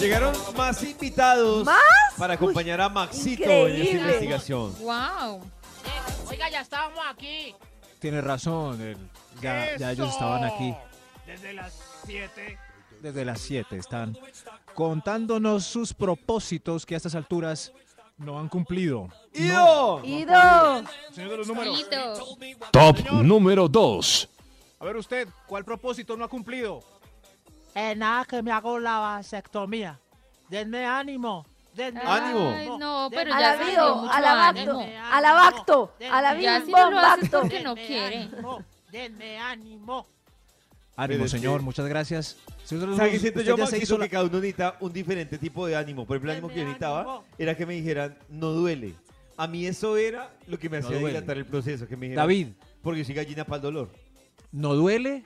[SPEAKER 2] Llegaron más invitados
[SPEAKER 16] ¿Más?
[SPEAKER 2] para acompañar a Maxito en esta
[SPEAKER 1] increíble.
[SPEAKER 2] investigación.
[SPEAKER 16] Wow.
[SPEAKER 1] Eh, Oiga, ya estábamos aquí.
[SPEAKER 6] Tiene razón, el- ya, ya ellos estaban aquí.
[SPEAKER 1] Desde las 7.
[SPEAKER 6] Desde las 7 están contándonos sus propósitos que a estas alturas no han cumplido.
[SPEAKER 2] ¡Ido!
[SPEAKER 4] ¡Ido!
[SPEAKER 6] Señor de los números.
[SPEAKER 12] Top número 2.
[SPEAKER 6] A ver usted, ¿cuál propósito no ha cumplido?
[SPEAKER 1] Eh, nada, que me hago la vasectomía. Denme ánimo. Denme
[SPEAKER 2] Ánimo.
[SPEAKER 16] Ay, no, pero ya salió
[SPEAKER 4] Alabío,
[SPEAKER 16] mucho
[SPEAKER 4] alabacto,
[SPEAKER 16] ánimo.
[SPEAKER 4] alabacto,
[SPEAKER 16] Ya si
[SPEAKER 4] alabío,
[SPEAKER 16] no lo haces
[SPEAKER 4] bombacto.
[SPEAKER 16] porque no quiere.
[SPEAKER 1] Denme ánimo.
[SPEAKER 6] Ánimo,
[SPEAKER 2] Pero es
[SPEAKER 6] señor,
[SPEAKER 2] que-
[SPEAKER 6] muchas gracias. Señor de los
[SPEAKER 2] ¿Sabes qué
[SPEAKER 6] números,
[SPEAKER 2] siento
[SPEAKER 6] usted
[SPEAKER 2] yo,
[SPEAKER 6] ya se
[SPEAKER 2] Maxito,
[SPEAKER 6] hizo la-
[SPEAKER 2] que cada uno necesita un diferente tipo de ánimo? Por ejemplo, el ánimo que yo necesitaba era que me dijeran, no duele. A mí eso era lo que me
[SPEAKER 6] No
[SPEAKER 2] hacía
[SPEAKER 6] duele.
[SPEAKER 2] dilatar el proceso, que me dijeran,
[SPEAKER 6] David,
[SPEAKER 2] porque soy gallina para el dolor.
[SPEAKER 6] no duele,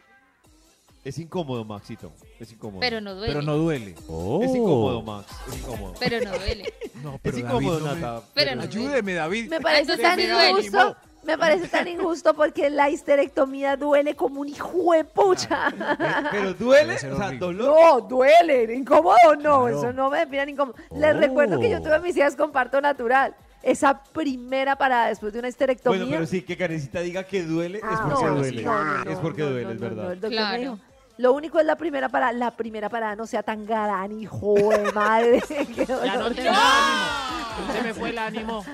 [SPEAKER 2] Es incómodo, Maxito. Es incómodo.
[SPEAKER 16] Pero no duele.
[SPEAKER 6] pero no duele.
[SPEAKER 2] Es incómodo, Max. Es incómodo.
[SPEAKER 16] Pero no duele.
[SPEAKER 6] No, pero
[SPEAKER 2] es
[SPEAKER 6] David,
[SPEAKER 2] incómodo,
[SPEAKER 6] no me-
[SPEAKER 2] Nata.
[SPEAKER 16] Pero no duele.
[SPEAKER 6] Ayúdeme, David.
[SPEAKER 4] Me parece
[SPEAKER 16] Entonces,
[SPEAKER 4] tan
[SPEAKER 16] me duele.
[SPEAKER 4] injusto. Me parece tan injusto porque la histerectomía duele como un hijo de pucha.
[SPEAKER 6] Ah,
[SPEAKER 2] Pero duele, o
[SPEAKER 6] Debe ser
[SPEAKER 2] sea,
[SPEAKER 6] horrible.
[SPEAKER 2] dolor.
[SPEAKER 4] No, duele, incómodo no,
[SPEAKER 6] Claro.
[SPEAKER 4] eso no me miran incómodo. Les
[SPEAKER 2] Oh.
[SPEAKER 4] recuerdo que yo tuve mis hijas con parto natural. Esa primera parada después de una histerectomía.
[SPEAKER 2] Bueno, pero sí, que Karencita diga que duele
[SPEAKER 4] Ah,
[SPEAKER 2] es porque
[SPEAKER 4] no,
[SPEAKER 2] duele.
[SPEAKER 4] no, no, no,
[SPEAKER 2] es porque
[SPEAKER 4] no,
[SPEAKER 2] duele,
[SPEAKER 4] no,
[SPEAKER 2] es
[SPEAKER 4] no,
[SPEAKER 2] verdad.
[SPEAKER 4] no, el doctor
[SPEAKER 16] Claro.
[SPEAKER 4] me dijo, Lo único es la primera parada. La primera parada no sea tan galán, hijo de madre. Qué
[SPEAKER 1] Ya no
[SPEAKER 4] dolor.
[SPEAKER 1] tengo ánimo. Se me fue el ánimo.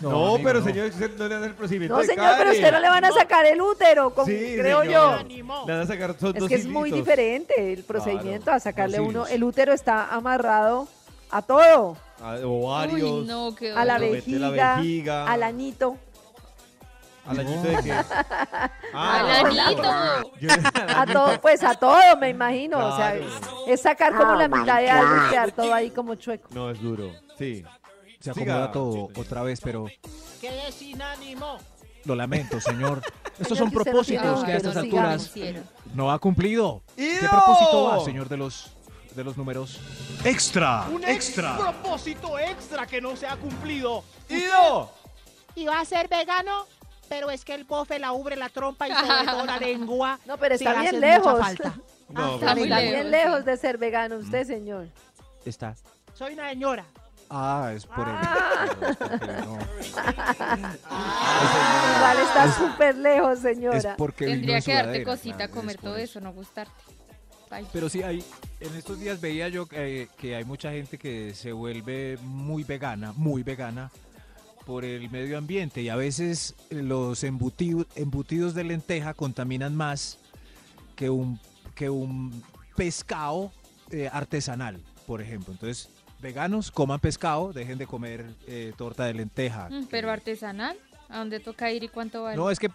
[SPEAKER 2] No,
[SPEAKER 6] amigo,
[SPEAKER 2] pero
[SPEAKER 6] no.
[SPEAKER 2] señor, usted no le dan el procedimiento
[SPEAKER 4] No,
[SPEAKER 2] de
[SPEAKER 4] señor, pero a usted no
[SPEAKER 2] Karen.
[SPEAKER 4] le van a sacar el útero, como
[SPEAKER 2] Sí,
[SPEAKER 4] creo
[SPEAKER 2] señor.
[SPEAKER 4] yo.
[SPEAKER 1] Ánimo.
[SPEAKER 2] Le van a sacar son
[SPEAKER 4] Es
[SPEAKER 2] dos
[SPEAKER 4] que es muy
[SPEAKER 2] hilitos.
[SPEAKER 4] diferente el procedimiento a sacarle
[SPEAKER 2] dos
[SPEAKER 4] uno.
[SPEAKER 2] hilos.
[SPEAKER 4] El útero está amarrado a todo.
[SPEAKER 2] A ovarios.
[SPEAKER 16] Uy, no, qué
[SPEAKER 4] A la
[SPEAKER 16] dolor.
[SPEAKER 2] Lo mete a la
[SPEAKER 4] vejiga,
[SPEAKER 2] vejiga.
[SPEAKER 4] al anito.
[SPEAKER 2] ¿Al añito de Ah, qué?
[SPEAKER 6] Ah,
[SPEAKER 16] Al anito.
[SPEAKER 2] Yo-
[SPEAKER 4] A todo, pues a todo, me imagino. O sea,
[SPEAKER 2] Claro.
[SPEAKER 4] es, es sacar
[SPEAKER 6] Ah,
[SPEAKER 4] como la mitad de algo y quedar todo ahí como chueco.
[SPEAKER 2] No, es duro. Sí.
[SPEAKER 16] Ah,
[SPEAKER 6] Se acomoda
[SPEAKER 2] Siga.
[SPEAKER 6] todo otra vez, pero
[SPEAKER 1] Quedé sin ánimo.
[SPEAKER 6] lo lamento, señor.
[SPEAKER 4] Señor,
[SPEAKER 6] Estos son
[SPEAKER 4] que usted no
[SPEAKER 6] propósitos
[SPEAKER 4] tiene
[SPEAKER 6] que a estas
[SPEAKER 4] no
[SPEAKER 6] alturas
[SPEAKER 16] Hicieron.
[SPEAKER 6] no ha cumplido. ¿Qué
[SPEAKER 2] ¡Ido!
[SPEAKER 6] propósito va, señor de los, de los números?
[SPEAKER 12] Extra,
[SPEAKER 1] Un
[SPEAKER 12] extra.
[SPEAKER 1] propósito extra que no se ha cumplido.
[SPEAKER 2] ¡Ido!
[SPEAKER 1] Iba a ser vegano, pero es que el bofe la ubre la trompa y sobre todo la lengua.
[SPEAKER 4] No, pero
[SPEAKER 1] Sí,
[SPEAKER 4] está
[SPEAKER 1] le
[SPEAKER 4] bien
[SPEAKER 1] hace
[SPEAKER 4] lejos.
[SPEAKER 1] mucha falta.
[SPEAKER 2] No,
[SPEAKER 4] Está
[SPEAKER 16] muy
[SPEAKER 4] bien
[SPEAKER 16] lejos,
[SPEAKER 4] lejos de ser vegano usted, señor.
[SPEAKER 6] Está.
[SPEAKER 1] Soy una señora.
[SPEAKER 6] Ah, es por el.
[SPEAKER 4] Igual está súper lejos,
[SPEAKER 6] Ah, Es
[SPEAKER 4] señora.
[SPEAKER 6] porque vino
[SPEAKER 16] Tendría
[SPEAKER 6] en
[SPEAKER 16] que darte
[SPEAKER 6] sudadera,
[SPEAKER 16] cosita
[SPEAKER 6] claro,
[SPEAKER 16] comer
[SPEAKER 6] es por
[SPEAKER 16] todo eso, no gustarte. Ay,
[SPEAKER 6] Pero sí, hay, en estos días veía yo eh, que hay mucha gente que se vuelve muy vegana, muy vegana, por el medio ambiente. Y a veces los embutido- embutidos de lenteja contaminan más que un, que un pescado eh, artesanal, por ejemplo. Entonces, veganos, coman pescado, dejen de comer eh, torta de lenteja.
[SPEAKER 16] mm, Pero artesanal, ¿a dónde toca ir y cuánto vale?
[SPEAKER 6] No, es que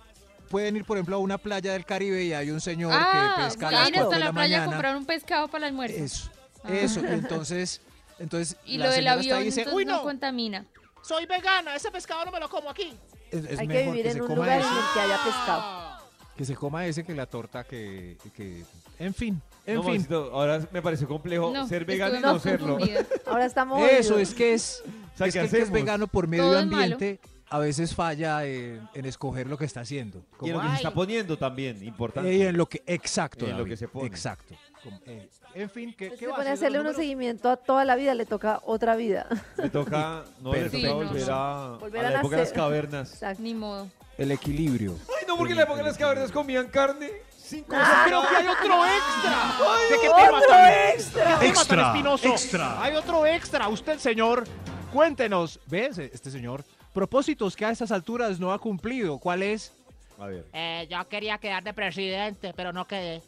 [SPEAKER 6] pueden ir, por ejemplo, a una playa del Caribe y hay un señor que
[SPEAKER 16] ah,
[SPEAKER 6] pesca a
[SPEAKER 16] voy
[SPEAKER 6] las
[SPEAKER 16] a ir
[SPEAKER 6] cuatro
[SPEAKER 16] hasta
[SPEAKER 6] de
[SPEAKER 16] la,
[SPEAKER 6] la
[SPEAKER 16] playa a
[SPEAKER 6] mañana.
[SPEAKER 16] comprar un pescado para el almuerzo.
[SPEAKER 6] Eso,
[SPEAKER 16] Ah.
[SPEAKER 6] eso. Entonces, entonces
[SPEAKER 16] Y lo del
[SPEAKER 6] señora está
[SPEAKER 16] avión
[SPEAKER 6] ahí y dice,
[SPEAKER 16] entonces
[SPEAKER 6] uy,
[SPEAKER 16] no.
[SPEAKER 6] no,
[SPEAKER 16] contamina.
[SPEAKER 1] Soy vegana, ese pescado no me lo como aquí.
[SPEAKER 6] es, es
[SPEAKER 4] Hay que
[SPEAKER 6] mejor que,
[SPEAKER 4] vivir
[SPEAKER 6] se
[SPEAKER 4] en un
[SPEAKER 6] coma
[SPEAKER 4] lugar en
[SPEAKER 6] ese,
[SPEAKER 4] el que haya pescado.
[SPEAKER 6] que se coma ese que la torta que, que- en fin, en
[SPEAKER 2] No,
[SPEAKER 6] fin.
[SPEAKER 2] Maxito, ahora me pareció complejo
[SPEAKER 16] No,
[SPEAKER 2] ser vegano y
[SPEAKER 16] estuve
[SPEAKER 2] no
[SPEAKER 16] muy
[SPEAKER 2] serlo.
[SPEAKER 16] confundida.
[SPEAKER 4] Ahora estamos.
[SPEAKER 6] Eso es que es,
[SPEAKER 2] O sea,
[SPEAKER 6] es
[SPEAKER 2] ¿qué
[SPEAKER 6] que el que es
[SPEAKER 2] hacemos?
[SPEAKER 6] vegano por medio
[SPEAKER 16] Todo es malo.
[SPEAKER 6] ambiente a veces falla en, en escoger lo que está haciendo.
[SPEAKER 2] Y en
[SPEAKER 6] Como,
[SPEAKER 2] lo que se
[SPEAKER 1] Ay.
[SPEAKER 2] está poniendo también, importante.
[SPEAKER 6] eh, en lo que exacto,
[SPEAKER 2] En lo
[SPEAKER 6] David,
[SPEAKER 2] que se pone.
[SPEAKER 6] exacto. Como, eh, en fin, ¿qué, qué
[SPEAKER 4] Pues Se
[SPEAKER 6] va
[SPEAKER 4] pone a
[SPEAKER 6] hacer
[SPEAKER 4] hacerle
[SPEAKER 6] los
[SPEAKER 4] uno
[SPEAKER 6] números?
[SPEAKER 4] seguimiento a toda la vida, le toca otra vida.
[SPEAKER 2] Le toca, no, le
[SPEAKER 6] Pero-
[SPEAKER 2] toca
[SPEAKER 16] Sí, no,
[SPEAKER 2] volver
[SPEAKER 16] no.
[SPEAKER 2] a,
[SPEAKER 4] Volver
[SPEAKER 2] a
[SPEAKER 4] a
[SPEAKER 2] la época de las
[SPEAKER 4] nacer.
[SPEAKER 2] cavernas.
[SPEAKER 16] Ni modo.
[SPEAKER 6] El equilibrio.
[SPEAKER 2] Ay, no, porque en la época de las cavernas comían carne. Cinco
[SPEAKER 1] Creo que hay otro extra. ¿De qué tema
[SPEAKER 4] ¡Otro
[SPEAKER 1] tan-
[SPEAKER 4] extra!
[SPEAKER 1] qué tema tan
[SPEAKER 12] Extra,
[SPEAKER 1] espinoso?
[SPEAKER 12] extra.
[SPEAKER 1] Hay otro extra. Usted, señor,
[SPEAKER 6] Cuéntenos, ¿ves? Este señor propósitos que a estas alturas no ha cumplido. ¿Cuál es?
[SPEAKER 2] A ver.
[SPEAKER 1] Eh, yo quería quedar de presidente, pero no quedé.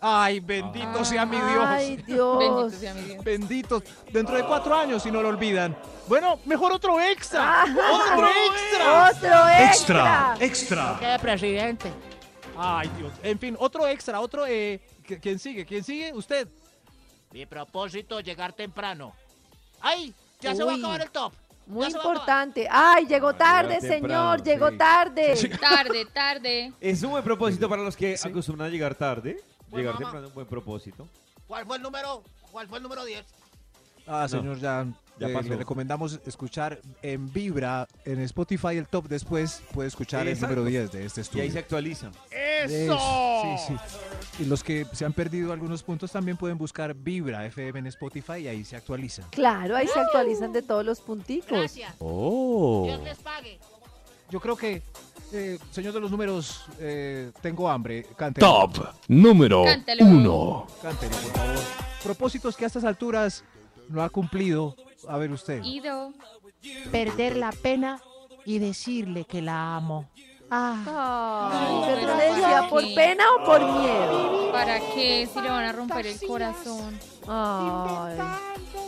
[SPEAKER 6] Ay, bendito sea mi Dios.
[SPEAKER 1] Ay, Dios. Bendito sea mi Dios.
[SPEAKER 6] Bendito. Dentro de cuatro años, si no lo olvidan. Bueno, mejor otro
[SPEAKER 4] Ah.
[SPEAKER 6] extra. otro extra.
[SPEAKER 4] Otro
[SPEAKER 11] extra. Extra, extra.
[SPEAKER 1] No quedé presidente.
[SPEAKER 6] Ay, Dios. En fin, otro extra, otro. eh, ¿qu- ¿Quién sigue? ¿Quién sigue? Usted.
[SPEAKER 1] Mi propósito, llegar temprano. ¡Ay! Ya se va a
[SPEAKER 4] Uy.
[SPEAKER 1] acabar el top.
[SPEAKER 4] Muy
[SPEAKER 1] Ya se va a
[SPEAKER 4] importante. Ay, llegó tarde,
[SPEAKER 2] temprano,
[SPEAKER 4] señor, llegó
[SPEAKER 2] sí.
[SPEAKER 4] tarde.
[SPEAKER 3] Tarde, tarde.
[SPEAKER 2] Es un buen propósito para los que acostumbran a llegar tarde. Llegar
[SPEAKER 1] mamá.
[SPEAKER 2] temprano es un buen propósito.
[SPEAKER 1] ¿Cuál fue el número? ¿Cuál fue el número 10?
[SPEAKER 6] Ah,
[SPEAKER 2] No.
[SPEAKER 6] señor, ya,
[SPEAKER 2] Ya
[SPEAKER 6] eh,
[SPEAKER 2] pasó.
[SPEAKER 6] le recomendamos escuchar en Vibra, en Spotify el top después, puede escuchar
[SPEAKER 2] Exacto.
[SPEAKER 6] el número 10 de este
[SPEAKER 2] Y
[SPEAKER 6] estudio.
[SPEAKER 2] ahí se actualiza.
[SPEAKER 6] ¡Eso! Sí, sí. Y los que se han perdido algunos puntos también pueden buscar Vibra FM en Spotify y ahí se actualiza.
[SPEAKER 4] Claro, ahí se actualizan de todos los punticos.
[SPEAKER 2] Oh.
[SPEAKER 6] Yo creo que, eh, señor de los números, eh, tengo hambre. Cántelo.
[SPEAKER 11] Top número
[SPEAKER 3] Cántalo.
[SPEAKER 11] 1.
[SPEAKER 6] Cántelo, por favor. Propósitos que a estas alturas no ha cumplido. A ver usted.
[SPEAKER 3] Ido.
[SPEAKER 17] Perder la pena y decirle que la amo.
[SPEAKER 1] Ah.
[SPEAKER 4] Ay,
[SPEAKER 3] pero
[SPEAKER 4] ¿pero le decía
[SPEAKER 3] ¿para
[SPEAKER 4] por
[SPEAKER 3] qué?
[SPEAKER 4] pena o por miedo?
[SPEAKER 3] ¿Para qué? Si le van a romper el corazón.
[SPEAKER 4] Ay.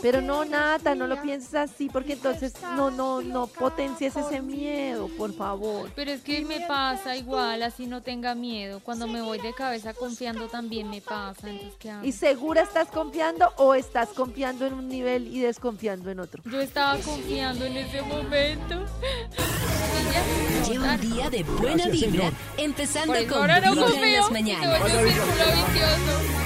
[SPEAKER 4] Pero no, Nata, no lo pienses así porque entonces no, no, no potencies ese miedo, por favor.
[SPEAKER 3] Pero es que me pasa igual, así no tenga miedo. Cuando me voy de cabeza confiando también me pasa. Entonces, ¿qué hago?
[SPEAKER 4] ¿Y segura estás confiando o estás confiando en un nivel y desconfiando en otro?
[SPEAKER 3] Yo estaba confiando en ese momento.
[SPEAKER 7] Lleva un día de buena
[SPEAKER 3] Gracias,
[SPEAKER 7] vibra,
[SPEAKER 3] señor.
[SPEAKER 7] empezando
[SPEAKER 3] Por eso
[SPEAKER 7] con
[SPEAKER 3] ahora no
[SPEAKER 7] Vibra en
[SPEAKER 3] confío
[SPEAKER 7] las
[SPEAKER 3] y se
[SPEAKER 7] mañanas.
[SPEAKER 3] volvió un círculo vicioso.